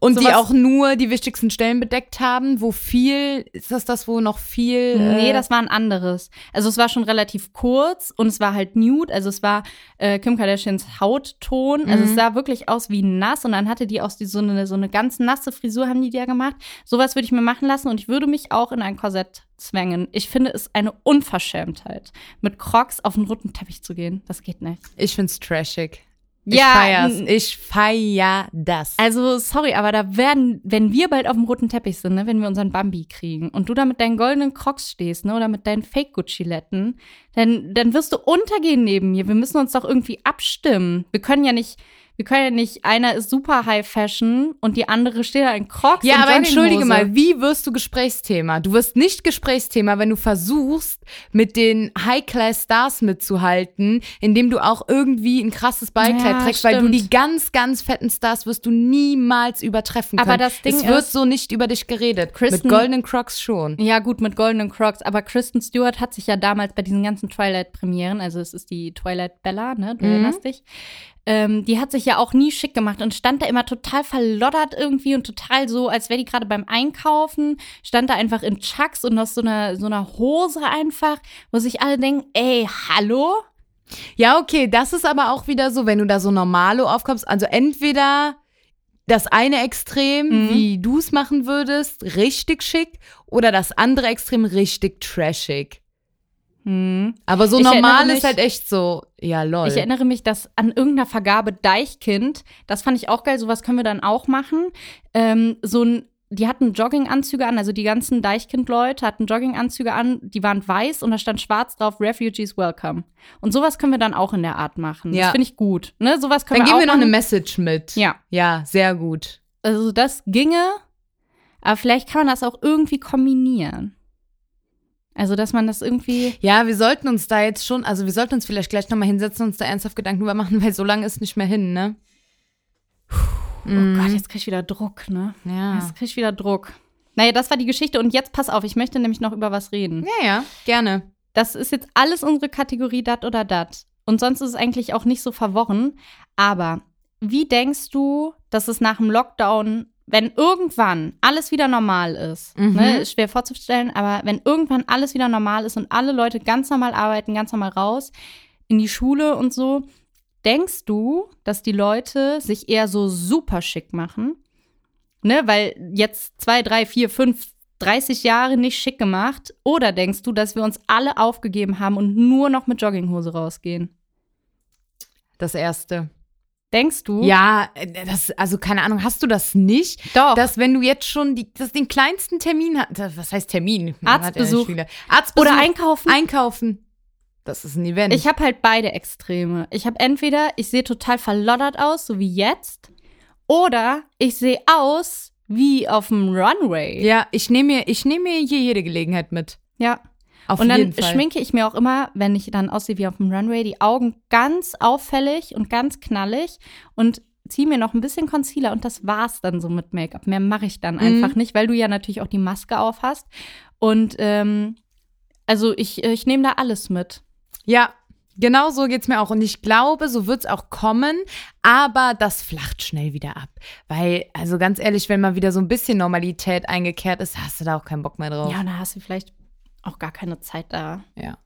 S1: Und die
S2: Sowas-
S1: auch nur die wichtigsten Stellen bedeckt haben, wo viel, ist das das, wo noch viel...
S2: Nee,
S1: äh,
S2: das war ein anderes. Also es war schon relativ kurz und es war halt nude, also es war äh, Kim Kardashians Hautton, also es sah wirklich aus wie nass und dann hatte die auch die, so, eine, so eine ganz nasse Frisur, haben die da gemacht. Sowas würde ich mir machen lassen und ich würde mich auch in ein Korsett zwängen. Ich finde es eine Unverschämtheit, mit Crocs auf den roten Teppich zu gehen. Das geht nicht.
S1: Ich find's trashig.
S2: Ja,
S1: ich feier's.
S2: n-
S1: Ich feier das.
S2: Also sorry, aber da werden, wenn wir bald auf dem roten Teppich sind, ne, wenn wir unseren Bambi kriegen und du da mit deinen goldenen Crocs stehst, ne, oder mit deinen Fake-Gucci-Letten, dann, dann wirst du untergehen neben mir. Wir müssen uns doch irgendwie abstimmen. Wir können ja nicht, wir können ja nicht, einer ist super High Fashion und die andere steht da in Crocs.
S1: Ja,
S2: und
S1: aber entschuldige
S2: Jogginghose.
S1: mal, wie wirst du Gesprächsthema? Du wirst nicht Gesprächsthema, wenn du versuchst, mit den High-Class-Stars mitzuhalten, indem du auch irgendwie ein krasses Ballkleid
S2: Ja,
S1: trägst, weil du
S2: stimmt.
S1: die ganz, ganz fetten Stars wirst du niemals übertreffen können.
S2: Aber das Ding
S1: es wird
S2: ist-
S1: so nicht über dich geredet.
S2: Kristen-
S1: mit goldenen Crocs schon.
S2: Ja, gut, mit goldenen Crocs. Aber Kristen Stewart hat sich ja damals bei diesen ganzen Twilight-Premieren, also es ist die Twilight Bella, ne, du erinnerst dich, ähm, die hat sich ja auch nie schick gemacht und stand da immer total verloddert irgendwie und total so, als wäre die gerade beim Einkaufen, stand da einfach in Chucks und aus so einer, so einer Hose einfach, wo sich alle denken, ey, hallo?
S1: Ja, okay, das ist aber auch wieder so, wenn du da so normalo aufkommst, also entweder das eine Extrem,
S2: Mhm.
S1: wie du es machen würdest, richtig schick, oder das andere Extrem richtig trashig.
S2: Hm.
S1: Aber so
S2: Ich
S1: normal
S2: erinnere
S1: ist halt echt so, ja, lol.
S2: Ich erinnere mich, dass an irgendeiner Vergabe Deichkind, das fand ich auch geil, sowas können wir dann auch machen. Ähm, so ein, die hatten Jogginganzüge an, also die ganzen Deichkind-Leute hatten Jogginganzüge an, die waren weiß und da stand schwarz drauf, Refugees Welcome. Und sowas können wir dann auch in der Art machen.
S1: Ja.
S2: Das finde ich gut. Ne? Sowas können
S1: Dann
S2: wir
S1: geben
S2: auch
S1: wir noch
S2: machen.
S1: eine Message mit.
S2: Ja,
S1: Ja, sehr gut.
S2: also das ginge, aber vielleicht kann man das auch irgendwie kombinieren. Also, dass man das irgendwie.
S1: Ja, wir sollten uns da jetzt schon, also wir sollten uns vielleicht gleich nochmal hinsetzen und uns da ernsthaft Gedanken drüber machen, weil so lange ist nicht mehr hin, ne? Mhm.
S2: Oh Gott, jetzt krieg ich wieder Druck, ne?
S1: Ja.
S2: Jetzt krieg ich wieder Druck. Naja, das war die Geschichte und jetzt pass auf, ich möchte nämlich noch über was reden.
S1: Ja, ja, gerne.
S2: Das ist jetzt alles unsere Kategorie dat oder dat. Und sonst ist es eigentlich auch nicht so verworren. Aber wie denkst du, dass es nach dem Lockdown, wenn irgendwann alles wieder normal ist,
S1: Mhm.
S2: ne, ist schwer vorzustellen, aber wenn irgendwann alles wieder normal ist und alle Leute ganz normal arbeiten, ganz normal raus, in die Schule und so, denkst du, dass die Leute sich eher so super schick machen? Ne, weil jetzt zwei, drei, vier, fünf, 30 Jahre nicht schick gemacht? Oder denkst du, dass wir uns alle aufgegeben haben und nur noch mit Jogginghose rausgehen?
S1: Das erste.
S2: Denkst du?
S1: Ja, äh, das, also keine Ahnung, hast du das nicht?
S2: doch.
S1: Dass wenn du jetzt schon die, das den kleinsten Termin hast, was heißt Termin? Man hat ja nicht
S2: Arztbesuch.
S1: viele. Arztbesuch.
S2: oder einkaufen.
S1: einkaufen. Das ist ein Event.
S2: Ich habe halt beide Extreme. Ich habe entweder, ich sehe total verloddert aus, so wie jetzt, oder ich sehe aus wie auf dem Runway.
S1: ja, ich nehme mir, ich nehme mir hier jede Gelegenheit mit.
S2: ja.
S1: Auf
S2: und dann
S1: jeden Fall.
S2: schminke ich mir auch immer, wenn ich dann aussehe wie auf dem Runway, die Augen ganz auffällig und ganz knallig und ziehe mir noch ein bisschen Concealer und das war's dann so mit Make-up. Mehr mache ich dann
S1: Mhm.
S2: einfach nicht, weil du ja natürlich auch die Maske auf hast. Und ähm, also ich, ich nehme da alles mit.
S1: Ja, genau so geht's mir auch. Und ich glaube, so wird's auch kommen, aber das flacht schnell wieder ab. Weil, also ganz ehrlich, wenn mal wieder so ein bisschen Normalität eingekehrt ist, hast du da auch keinen Bock mehr drauf.
S2: Ja, und da hast du vielleicht auch gar keine Zeit da.
S1: Ja.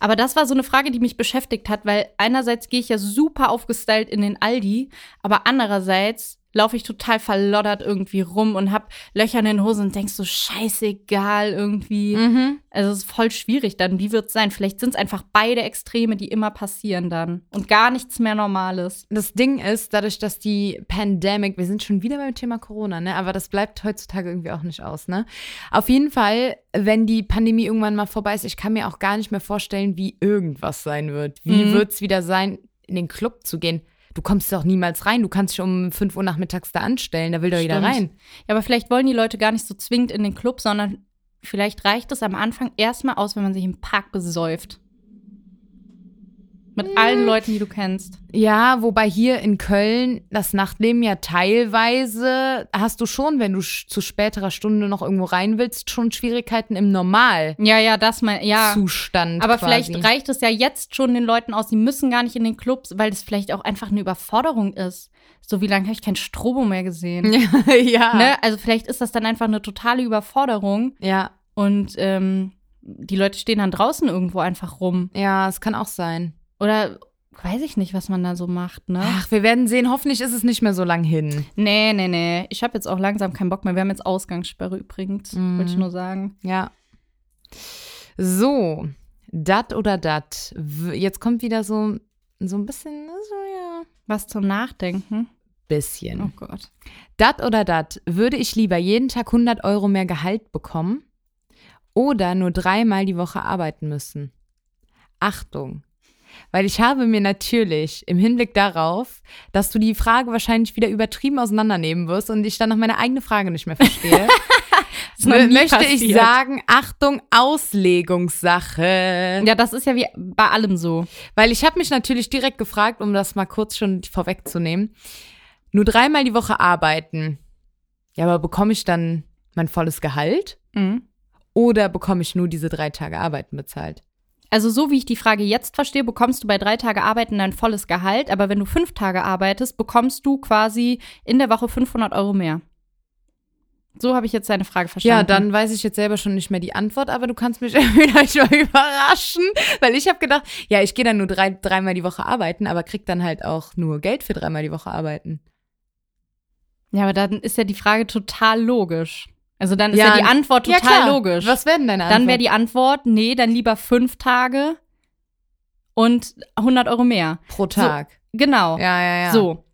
S2: Aber das war so eine Frage, die mich beschäftigt hat, weil einerseits gehe ich ja super aufgestylt in den Aldi, aber andererseits laufe ich total verloddert irgendwie rum und habe Löcher in den Hosen und denk so, scheißegal irgendwie.
S1: Mhm.
S2: Also es ist voll schwierig dann. Wie wird es sein? Vielleicht sind es einfach beide Extreme, die immer passieren dann. Und gar nichts mehr Normales.
S1: Das Ding ist, dadurch, dass die Pandemic, wir sind schon wieder beim Thema Corona, ne? Aber das bleibt heutzutage irgendwie auch nicht aus, ne? Auf jeden Fall, wenn die Pandemie irgendwann mal vorbei ist, ich kann mir auch gar nicht mehr vorstellen, wie irgendwas sein wird. Wie
S2: Mhm.
S1: wird's wird es wieder sein, in den Club zu gehen? Du kommst doch niemals rein. Du kannst dich um 5 Uhr nachmittags da anstellen. Da will doch jeder
S2: Stimmt.
S1: rein.
S2: Ja, aber vielleicht wollen die Leute gar nicht so zwingend in den Club, sondern vielleicht reicht es am Anfang erstmal aus, wenn man sich im Park besäuft. Mit allen Leuten, die du kennst.
S1: Ja, wobei hier in Köln das Nachtleben ja teilweise hast du schon, wenn du sch zu späterer Stunde noch irgendwo rein willst, schon Schwierigkeiten im Normalzustand.
S2: Ja, ja, das mein, ja. aber
S1: quasi.
S2: vielleicht reicht es ja jetzt schon den Leuten aus, die müssen gar nicht in den Clubs, weil es vielleicht auch einfach eine Überforderung ist. So wie lange habe ich kein Strobo mehr gesehen.
S1: Ja, ja.
S2: Ne? Also vielleicht ist das dann einfach eine totale Überforderung
S1: ja,
S2: und ähm, die Leute stehen dann draußen irgendwo einfach rum.
S1: ja, es kann auch sein.
S2: Oder weiß ich nicht, was man da so macht, ne?
S1: Ach, wir werden sehen. Hoffentlich ist es nicht mehr so lang hin.
S2: Nee, nee, nee. Ich habe jetzt auch langsam keinen Bock mehr. Wir haben jetzt Ausgangssperre übrigens,
S1: Mhm.
S2: wollte ich nur sagen.
S1: Ja. So, dat oder dat. W- Jetzt kommt wieder so, so ein bisschen, so ja,
S2: Was zum Nachdenken.
S1: bisschen.
S2: Oh Gott.
S1: Dat oder dat, würde ich lieber jeden Tag 100 Euro mehr Gehalt bekommen oder nur dreimal die Woche arbeiten müssen? Achtung. Weil ich habe mir natürlich im Hinblick darauf, dass du die Frage wahrscheinlich wieder übertrieben auseinandernehmen wirst und ich dann noch meine eigene Frage nicht mehr verstehe,
S2: ist noch nie
S1: möchte ich
S2: passiert.
S1: sagen, Achtung, Auslegungssache.
S2: Ja, das ist ja wie bei allem so.
S1: Weil ich habe mich natürlich direkt gefragt, um das mal kurz schon vorwegzunehmen, nur dreimal die Woche arbeiten. Ja, aber bekomme ich dann mein volles Gehalt
S2: Mhm.
S1: oder bekomme ich nur diese drei Tage Arbeiten bezahlt?
S2: Also so wie ich die Frage jetzt verstehe, bekommst du bei drei Tage Arbeiten dein volles Gehalt, aber wenn du fünf Tage arbeitest, bekommst du quasi in der Woche 500 Euro mehr. So habe ich jetzt deine Frage verstanden.
S1: Ja, dann weiß ich jetzt selber schon nicht mehr die Antwort, aber du kannst mich vielleicht mal überraschen, weil ich habe gedacht, ja, ich gehe dann nur drei, dreimal die Woche arbeiten, aber krieg dann halt auch nur Geld für dreimal die Woche arbeiten.
S2: Ja, aber dann ist ja die Frage total logisch. Also dann ist
S1: Ja,
S2: ja, die Antwort
S1: ja,
S2: total
S1: klar.
S2: logisch.
S1: Was werden deine Antworten?
S2: Dann wäre die Antwort, nee, dann lieber fünf Tage und 100 Euro mehr.
S1: pro Tag.
S2: Genau.
S1: Ja, ja, ja.
S2: So.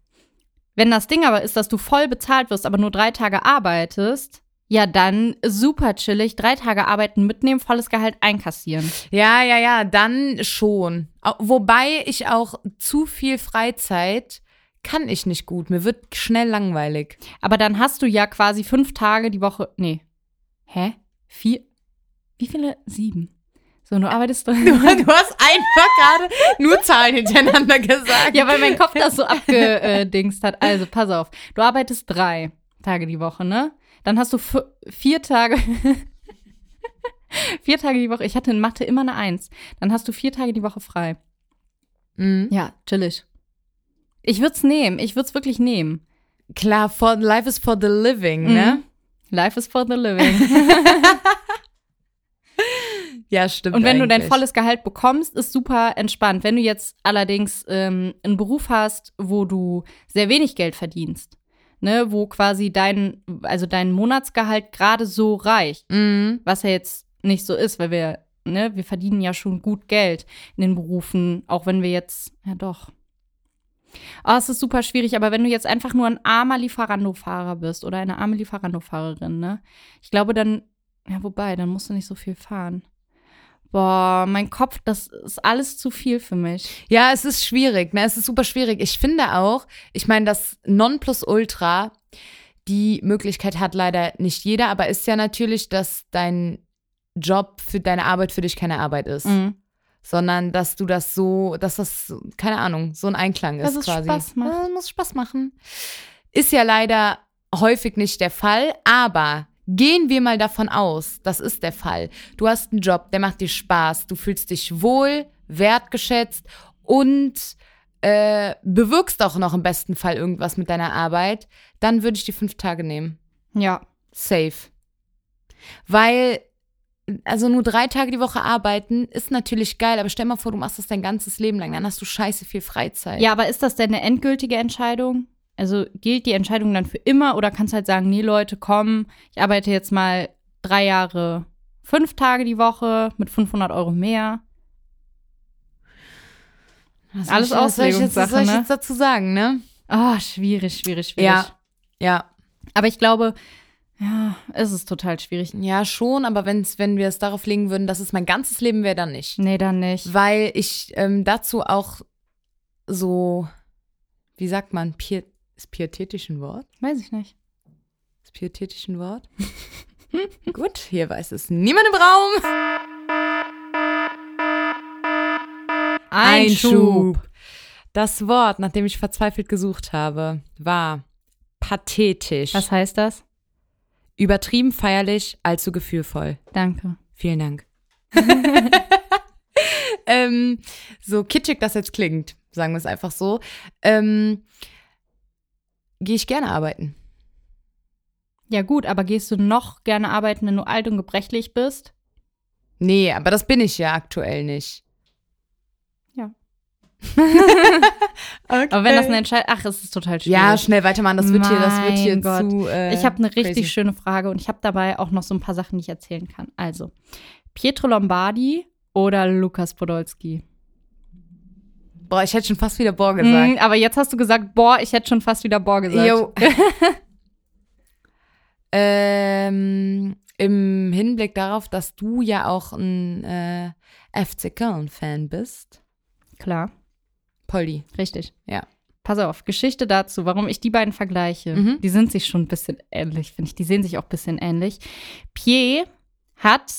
S2: Wenn das Ding aber ist, dass du voll bezahlt wirst, aber nur drei Tage arbeitest, ja, dann super chillig, drei Tage arbeiten, mitnehmen, volles Gehalt einkassieren.
S1: Ja, ja, ja, dann schon. Au- Wobei ich auch zu viel Freizeit kann ich nicht gut. Mir wird schnell langweilig.
S2: Aber dann hast du ja quasi fünf Tage die Woche. Nee. Hä? Vier? Wie viele? Sieben. So, du arbeitest.
S1: Du hast einfach gerade nur Zahlen hintereinander gesagt.
S2: Ja, weil mein Kopf das so abgedingst hat. Also, pass auf. Du arbeitest drei Tage die Woche, ne? Dann hast du fü- vier Tage. vier Tage die Woche. Ich hatte in Mathe immer eine Eins. Dann hast du vier Tage die Woche frei.
S1: Mhm.
S2: Ja, chillig. Ich würde es nehmen. Ich würde es wirklich nehmen.
S1: Klar, for, life is for the living, ne?
S2: Mhm. Life is for the living.
S1: Ja, stimmt.
S2: Und wenn du dein
S1: eigentlich.
S2: volles Gehalt bekommst, ist super entspannt. Wenn du jetzt allerdings ähm, einen Beruf hast, wo du sehr wenig Geld verdienst, ne, wo quasi dein, also dein Monatsgehalt gerade so reicht,
S1: Mhm.
S2: was ja jetzt nicht so ist, weil wir, ne, wir verdienen ja schon gut Geld in den Berufen, auch wenn wir jetzt, ja doch. Ah, es ist super schwierig, aber wenn du jetzt einfach nur ein armer Lieferando-Fahrer bist oder eine arme Lieferando-Fahrerin, ne? Ich glaube, dann, ja, wobei, dann musst du nicht so viel fahren. Boah, mein Kopf, das ist alles zu viel für mich.
S1: Ja, es ist schwierig, ne? Es ist super schwierig. Ich finde auch, ich meine, das Nonplusultra, die Möglichkeit hat leider nicht jeder, aber ist ja natürlich, dass dein Job für deine Arbeit für dich keine Arbeit ist.
S2: Mhm.
S1: sondern dass du das so, dass das, so- keine Ahnung, so ein Einklang ist
S2: Dass es
S1: quasi.
S2: Spaß macht.
S1: Ja, muss Spaß machen. Ist ja leider häufig nicht der Fall, aber gehen wir mal davon aus, das ist der Fall. Du hast einen Job, der macht dir Spaß, du fühlst dich wohl, wertgeschätzt und äh, bewirkst auch noch im besten Fall irgendwas mit deiner Arbeit, dann würde ich die fünf Tage nehmen.
S2: Ja.
S1: Safe. Weil, also nur drei Tage die Woche arbeiten ist natürlich geil, aber stell mal vor, du machst das dein ganzes Leben lang, dann hast du scheiße viel Freizeit.
S2: Ja, aber ist das denn eine endgültige Entscheidung? Also gilt die Entscheidung dann für immer oder kannst halt sagen, nee Leute, komm, ich arbeite jetzt mal drei Jahre, fünf Tage die Woche mit 500 Euro mehr.
S1: Was
S2: Alles
S1: soll ich- was soll ich jetzt- Was soll ich
S2: Auslegungssache, ne?
S1: jetzt dazu sagen, ne?
S2: Ah, schwierig, schwierig, schwierig.
S1: Ja, ja.
S2: Aber ich glaube, ja, es ist total schwierig.
S1: Ja, schon, aber wenn's, wenn wir es darauf legen würden, dass es mein ganzes Leben wäre, dann nicht.
S2: Nee, dann nicht.
S1: Weil ich ähm, dazu auch so, wie sagt man, piet, ist pietätisch ein Wort?
S2: Weiß ich nicht.
S1: Ist pietätisch ein Wort? Gut, hier weiß es niemand im Raum. Das Wort, nach dem ich verzweifelt gesucht habe, war pathetisch.
S2: Was heißt das?
S1: Übertrieben feierlich, allzu gefühlvoll.
S2: Danke.
S1: Vielen Dank. ähm, so kitschig das jetzt klingt, sagen wir es einfach so, ähm, gehe ich gerne arbeiten.
S2: Ja gut, aber gehst du noch gerne arbeiten, wenn du alt und gebrechlich bist?
S1: Nee, aber das bin ich ja aktuell nicht.
S2: Ja.
S1: okay.
S2: Aber wenn das eine Entscheidung, ach, es ist total schwierig.
S1: Äh. Ja, schnell weitermachen, das wird hier, das wird hier
S2: Mein Gott.
S1: zu. Äh,
S2: Ich habe eine richtig
S1: crazy.
S2: schöne Frage und ich habe dabei auch noch so ein paar Sachen, die ich erzählen kann. Also, Pietro Lombardi oder Lukas Podolski?
S1: Boah, ich hätte schon fast wieder Bohr gesagt.
S2: Hm, aber jetzt hast du gesagt, boah, ich hätte schon fast wieder boah gesagt.
S1: Jo. ähm, Im Hinblick darauf, dass du ja auch ein äh, FC Köln-Fan bist.
S2: Klar,
S1: Polly.
S2: richtig.
S1: Ja.
S2: Pass auf, Geschichte dazu, warum ich die beiden vergleiche.
S1: Mhm.
S2: Die sind sich schon ein bisschen ähnlich, finde ich. Die sehen sich auch ein bisschen ähnlich. Pied hat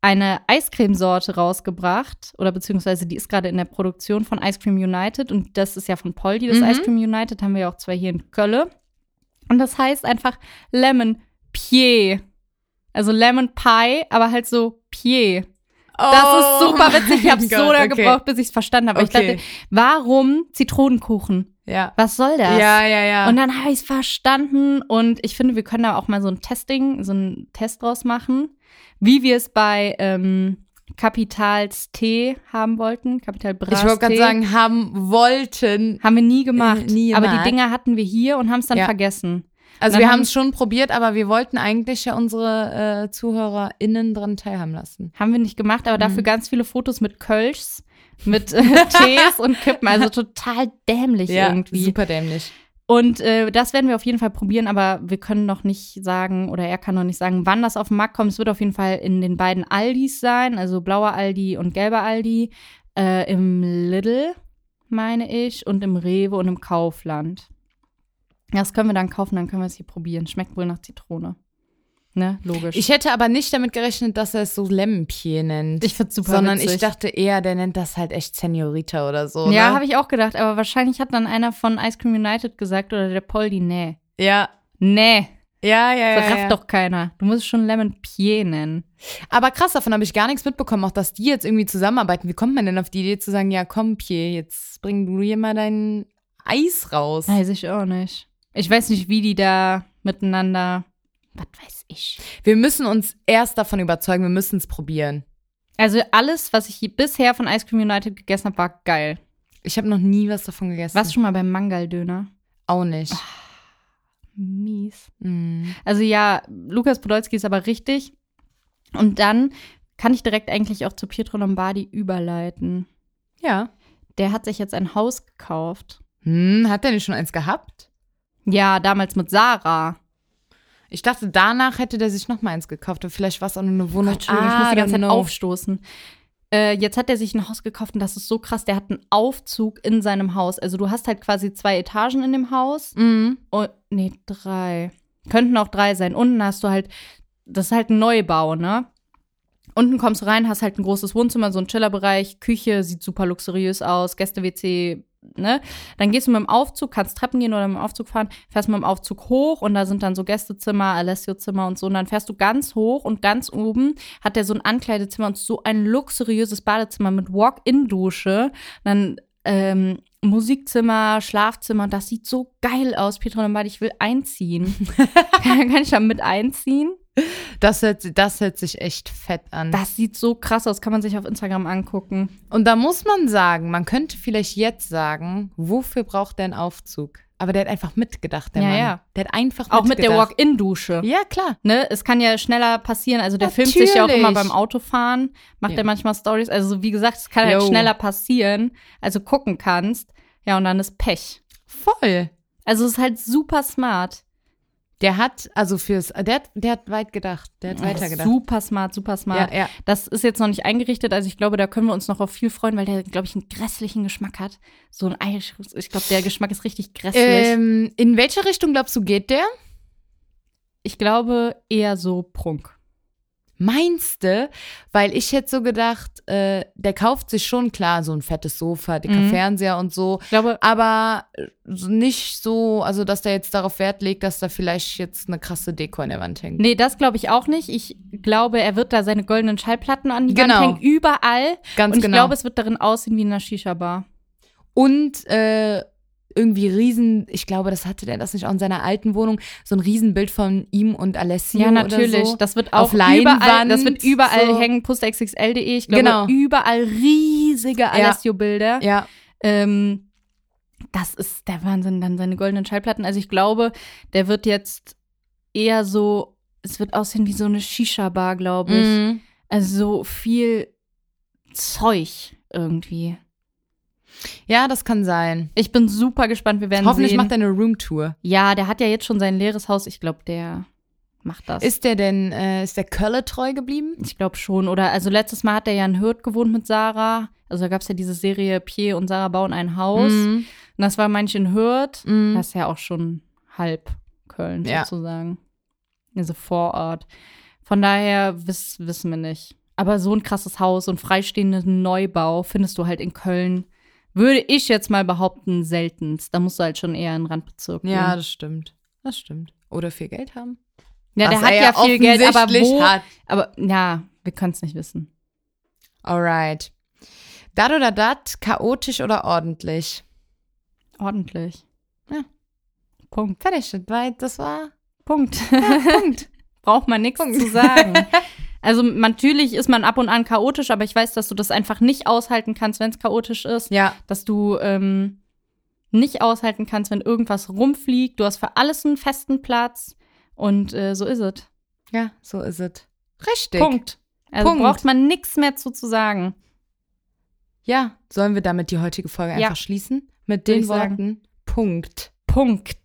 S2: eine Eiscremesorte rausgebracht, oder beziehungsweise die ist gerade in der Produktion von Ice Cream United und das ist ja von Poldi, das
S1: Mhm.
S2: Ice Cream United, haben wir ja auch zwei hier in Kölle. Und das heißt einfach Lemon Pied. Also Lemon Pie, aber halt so Pied. Das
S1: Oh
S2: ist super witzig. Ich habe so lange gebraucht, bis ich es verstanden habe. Ich
S1: Okay.
S2: dachte, warum Zitronenkuchen?
S1: Ja.
S2: Was soll das?
S1: Ja, ja, ja.
S2: Und dann habe ich es verstanden und ich finde, wir können da auch mal so ein Testing, so einen Test draus machen, wie wir es bei ähm, Kapitals T haben wollten, Kapital Bras
S1: ich wollte gerade
S2: T.
S1: sagen, haben wollten.
S2: haben wir nie gemacht.
S1: Äh, nie
S2: aber die
S1: gemacht.
S2: Dinger hatten wir hier und haben es dann
S1: Ja.
S2: vergessen.
S1: Also
S2: Dann
S1: wir
S2: haben-
S1: haben es schon probiert, aber wir wollten eigentlich ja unsere äh, ZuhörerInnen dran teilhaben lassen.
S2: Haben wir nicht gemacht, aber
S1: Mhm.
S2: dafür ganz viele Fotos mit Kölschs, mit äh, Tees und Kippen. Also total dämlich irgendwie.
S1: super dämlich.
S2: Und äh, das werden wir auf jeden Fall probieren, aber wir können noch nicht sagen oder er kann noch nicht sagen, wann das auf den Markt kommt. Es wird auf jeden Fall in den beiden Aldis sein, also blauer Aldi und gelber Aldi, äh, im Lidl, meine ich, und im Rewe und im Kaufland. Das können wir dann kaufen, dann können wir es hier probieren. Schmeckt wohl nach Zitrone. Ne, logisch.
S1: Ich hätte aber nicht damit gerechnet, dass er es so Lempier nennt.
S2: ich find's super
S1: sondern
S2: witzig.
S1: ich dachte eher, der nennt das halt echt Senorita oder so.
S2: ja,
S1: ne?
S2: habe ich auch gedacht, aber wahrscheinlich hat dann einer von Ice Cream United gesagt oder der Poldi, nee.
S1: Ja,
S2: Nee,
S1: ja, ja.
S2: das
S1: ja,
S2: rafft
S1: ja.
S2: doch keiner. Du musst es schon Lemon Pie nennen.
S1: Aber krass, davon habe ich gar nichts mitbekommen, auch dass die jetzt irgendwie zusammenarbeiten. Wie kommt man denn auf die Idee zu sagen, ja komm, Pierre, jetzt bring du hier mal dein Eis raus.
S2: Weiß ich auch nicht. Ich weiß nicht, wie die da miteinander. Was weiß ich.
S1: Wir müssen uns erst davon überzeugen, wir müssen es probieren.
S2: Also alles, was ich bisher von Ice Cream United gegessen habe, war geil.
S1: Ich habe noch nie was Ah. davon gegessen.
S2: Warst du schon mal beim Mangal-Döner?
S1: Auch nicht.
S2: Mies.
S1: Mm.
S2: Also ja, Lukas Podolski ist aber richtig. Und dann kann ich direkt eigentlich auch zu Pietro Lombardi überleiten.
S1: Ja.
S2: Der hat sich jetzt ein Haus gekauft.
S1: Hm, hat der nicht schon eins gehabt?
S2: Ja, damals mit Sarah.
S1: Ich dachte, danach hätte der sich noch mal eins gekauft. Und vielleicht war es auch nur eine Wohnung.
S2: Oh Entschuldigung, ich muss
S1: I
S2: die ganze
S1: don't
S2: Zeit
S1: know.
S2: aufstoßen. Äh, jetzt hat er sich ein Haus gekauft und das ist so krass. Der hat einen Aufzug in seinem Haus. Also du hast halt quasi zwei Etagen in dem Haus.
S1: Mm.
S2: Und, nee, drei. Könnten auch drei sein. Unten hast du halt, das ist halt ein Neubau, ne? Unten kommst du rein, hast halt ein großes Wohnzimmer, so ein Chillerbereich, Küche, sieht super luxuriös aus, Gäste-WC, ne? Dann gehst du mit dem Aufzug, kannst Treppen gehen oder mit dem Aufzug fahren, fährst mit dem Aufzug hoch und da sind dann so Gästezimmer, Alessio-Zimmer und so. Und dann fährst du ganz hoch und ganz oben hat der so ein Ankleidezimmer und so ein luxuriöses Badezimmer mit Walk-in-Dusche. Dann ähm, Musikzimmer, Schlafzimmer, und das sieht so geil aus, Pietro Lombardi, ich will einziehen. Kann ich da mit einziehen?
S1: Das, hört, das hört sich echt fett an.
S2: Das sieht so krass aus, kann man sich auf Instagram angucken.
S1: Und da muss man sagen, man könnte vielleicht jetzt sagen, wofür braucht der einen Aufzug? Aber der hat einfach mitgedacht, der
S2: Ja,
S1: Mann.
S2: ja.
S1: Der hat einfach
S2: Auch mit der
S1: mitgedacht.
S2: Walk-in-Dusche.
S1: Ja, klar.
S2: Ne, es kann ja schneller passieren. Also der filmt sich ja auch
S1: Natürlich.
S2: immer beim Autofahren, macht
S1: Ja.
S2: ja manchmal Stories. Also so wie gesagt, es kann halt
S1: Jo.
S2: schneller passieren, also gucken kannst. Ja, und dann ist Pech.
S1: Voll.
S2: Also es ist halt super smart.
S1: Der hat, also fürs, der hat, der hat weit gedacht. Der hat weitergedacht.
S2: Super smart, super smart.
S1: Ja, ja.
S2: Das ist jetzt noch nicht eingerichtet, also ich glaube, da können wir uns noch auf viel freuen, weil der, glaube ich, einen grässlichen Geschmack hat. So ein Ei, ich glaube, der Geschmack ist richtig grässlich.
S1: Ähm, in welche Richtung glaubst du geht der?
S2: ich glaube eher so Prunk.
S1: Meinst du? Weil ich hätte so gedacht, äh, der kauft sich schon klar so ein fettes Sofa, dicker
S2: Mhm.
S1: Fernseher und so.
S2: Ich glaube,
S1: Aber äh, so nicht so, also dass der jetzt darauf Wert legt, dass da vielleicht jetzt eine krasse Deko an der Wand hängt.
S2: nee, das glaube ich auch nicht. Ich glaube, er wird da seine goldenen Schallplatten an die
S1: Genau.
S2: Wand hängen, überall.
S1: Ganz
S2: und ich
S1: genau.
S2: glaube, es wird darin aussehen wie in einer Shisha-Bar.
S1: und äh, irgendwie riesen, ich glaube, das hatte der das nicht auch in seiner alten Wohnung, so ein Riesenbild von ihm und Alessio
S2: Ja, natürlich.
S1: oder so.
S2: Das wird auch
S1: Auf
S2: überall,
S1: Leinwand,
S2: das wird überall
S1: so.
S2: hängen, postxxl.de. E. Ich glaube,
S1: Genau.
S2: überall riesige Alessio-Bilder.
S1: ja,
S2: Ähm, das ist der Wahnsinn, dann seine goldenen Schallplatten. Also ich glaube, der wird jetzt eher so, es wird aussehen wie so eine Shisha-Bar, glaube ich.
S1: mhm.
S2: Also so viel Zeug irgendwie.
S1: ja, das kann sein.
S2: Ich bin super gespannt, wir werden
S1: Hoffentlich
S2: sehen.
S1: macht er eine Roomtour.
S2: ja, der hat ja jetzt schon sein leeres Haus. Ich glaube, der macht das.
S1: Ist der denn, äh, ist der Kölle treu geblieben?
S2: ich glaube schon. Oder also letztes Mal hat er ja in Hürth gewohnt mit Sarah. Also da gab es ja diese Serie Pierre und Sarah bauen ein Haus.
S1: Mhm.
S2: Und das war manch in Hürth.
S1: Mhm.
S2: Das ist ja auch schon halb Köln
S1: Ja.
S2: sozusagen. Also Vorort. Von daher wiss, wissen wir nicht. Aber so ein krasses Haus, so ein freistehenden Neubau findest du halt in Köln, würde ich jetzt mal behaupten, seltenst. Da musst du halt schon eher in den Randbezirk gehen.
S1: Ja, das stimmt. Das stimmt. Oder viel Geld haben.
S2: ja der
S1: Was
S2: hat
S1: er
S2: ja viel Geld, aber
S1: offensichtlich
S2: wo?
S1: Hat.
S2: Aber ja, wir können es nicht wissen.
S1: Alright. Dat oder dat, chaotisch oder ordentlich?
S2: Ordentlich.
S1: Ja.
S2: Punkt.
S1: Fertig, das war- das war
S2: Punkt.
S1: Punkt.
S2: braucht man nichts
S1: Punkt.
S2: zu sagen. Also natürlich ist man ab und an chaotisch, aber ich weiß, dass du das einfach nicht aushalten kannst, wenn es chaotisch ist.
S1: Ja,
S2: Dass du ähm, nicht aushalten kannst, wenn irgendwas rumfliegt. Du hast für alles einen festen Platz und äh, so ist es.
S1: ja, so ist es. Richtig.
S2: Punkt. Also
S1: Punkt.
S2: braucht man nichts mehr zu, zu sagen.
S1: Ja, sollen wir damit die heutige Folge
S2: Ja.
S1: einfach schließen? Mit
S2: Würde
S1: den
S2: ich sagen.
S1: Worten Punkt.
S2: Punkt.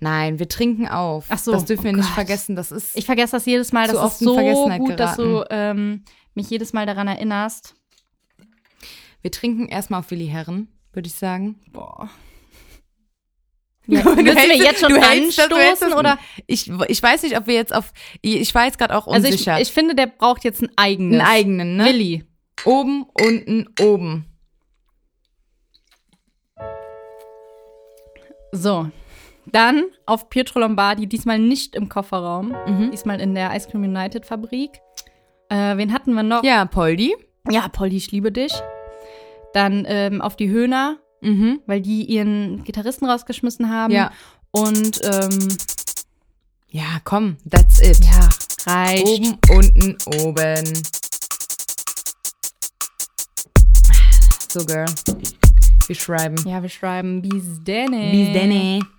S1: Nein, wir trinken auf.
S2: Ach so,
S1: Das dürfen wir
S2: oh
S1: nicht
S2: Gott.
S1: vergessen. Das ist.
S2: Ich vergesse das jedes Mal.
S1: Zu
S2: Das
S1: oft
S2: ist
S1: in
S2: so
S1: Vergessenheit
S2: gut, dass
S1: geraten.
S2: du ähm, mich jedes Mal daran erinnerst.
S1: wir trinken erstmal auf Willi Herren, würde ich sagen.
S2: Boah. Ja, müssen wir
S1: hältst-
S2: jetzt schon
S1: du hältst das- du hältst
S2: anstoßen
S1: das-
S2: oder?
S1: Ich, ich weiß nicht, ob wir jetzt auf. Ich war jetzt gerade auch
S2: Also ich,
S1: unsicher.
S2: ich finde, der braucht jetzt ein eigenes.
S1: Einen eigenen, ne?
S2: Willi.
S1: Oben, unten, oben.
S2: So. Dann auf Pietro Lombardi, diesmal nicht im Kofferraum,
S1: Mhm.
S2: diesmal in der Ice Cream United Fabrik. Äh, wen hatten wir noch?
S1: Ja, Poldi.
S2: ja Polly, ich liebe dich. Dann ähm, auf die Höhner,
S1: Mhm.
S2: weil die ihren Gitarristen rausgeschmissen haben.
S1: Ja.
S2: Und ähm,
S1: Ja, komm, that's it.
S2: ja, reicht.
S1: Oben, unten, oben. So, Girl. Wir schreiben.
S2: Ja, wir schreiben bis denne.
S1: Bis denne.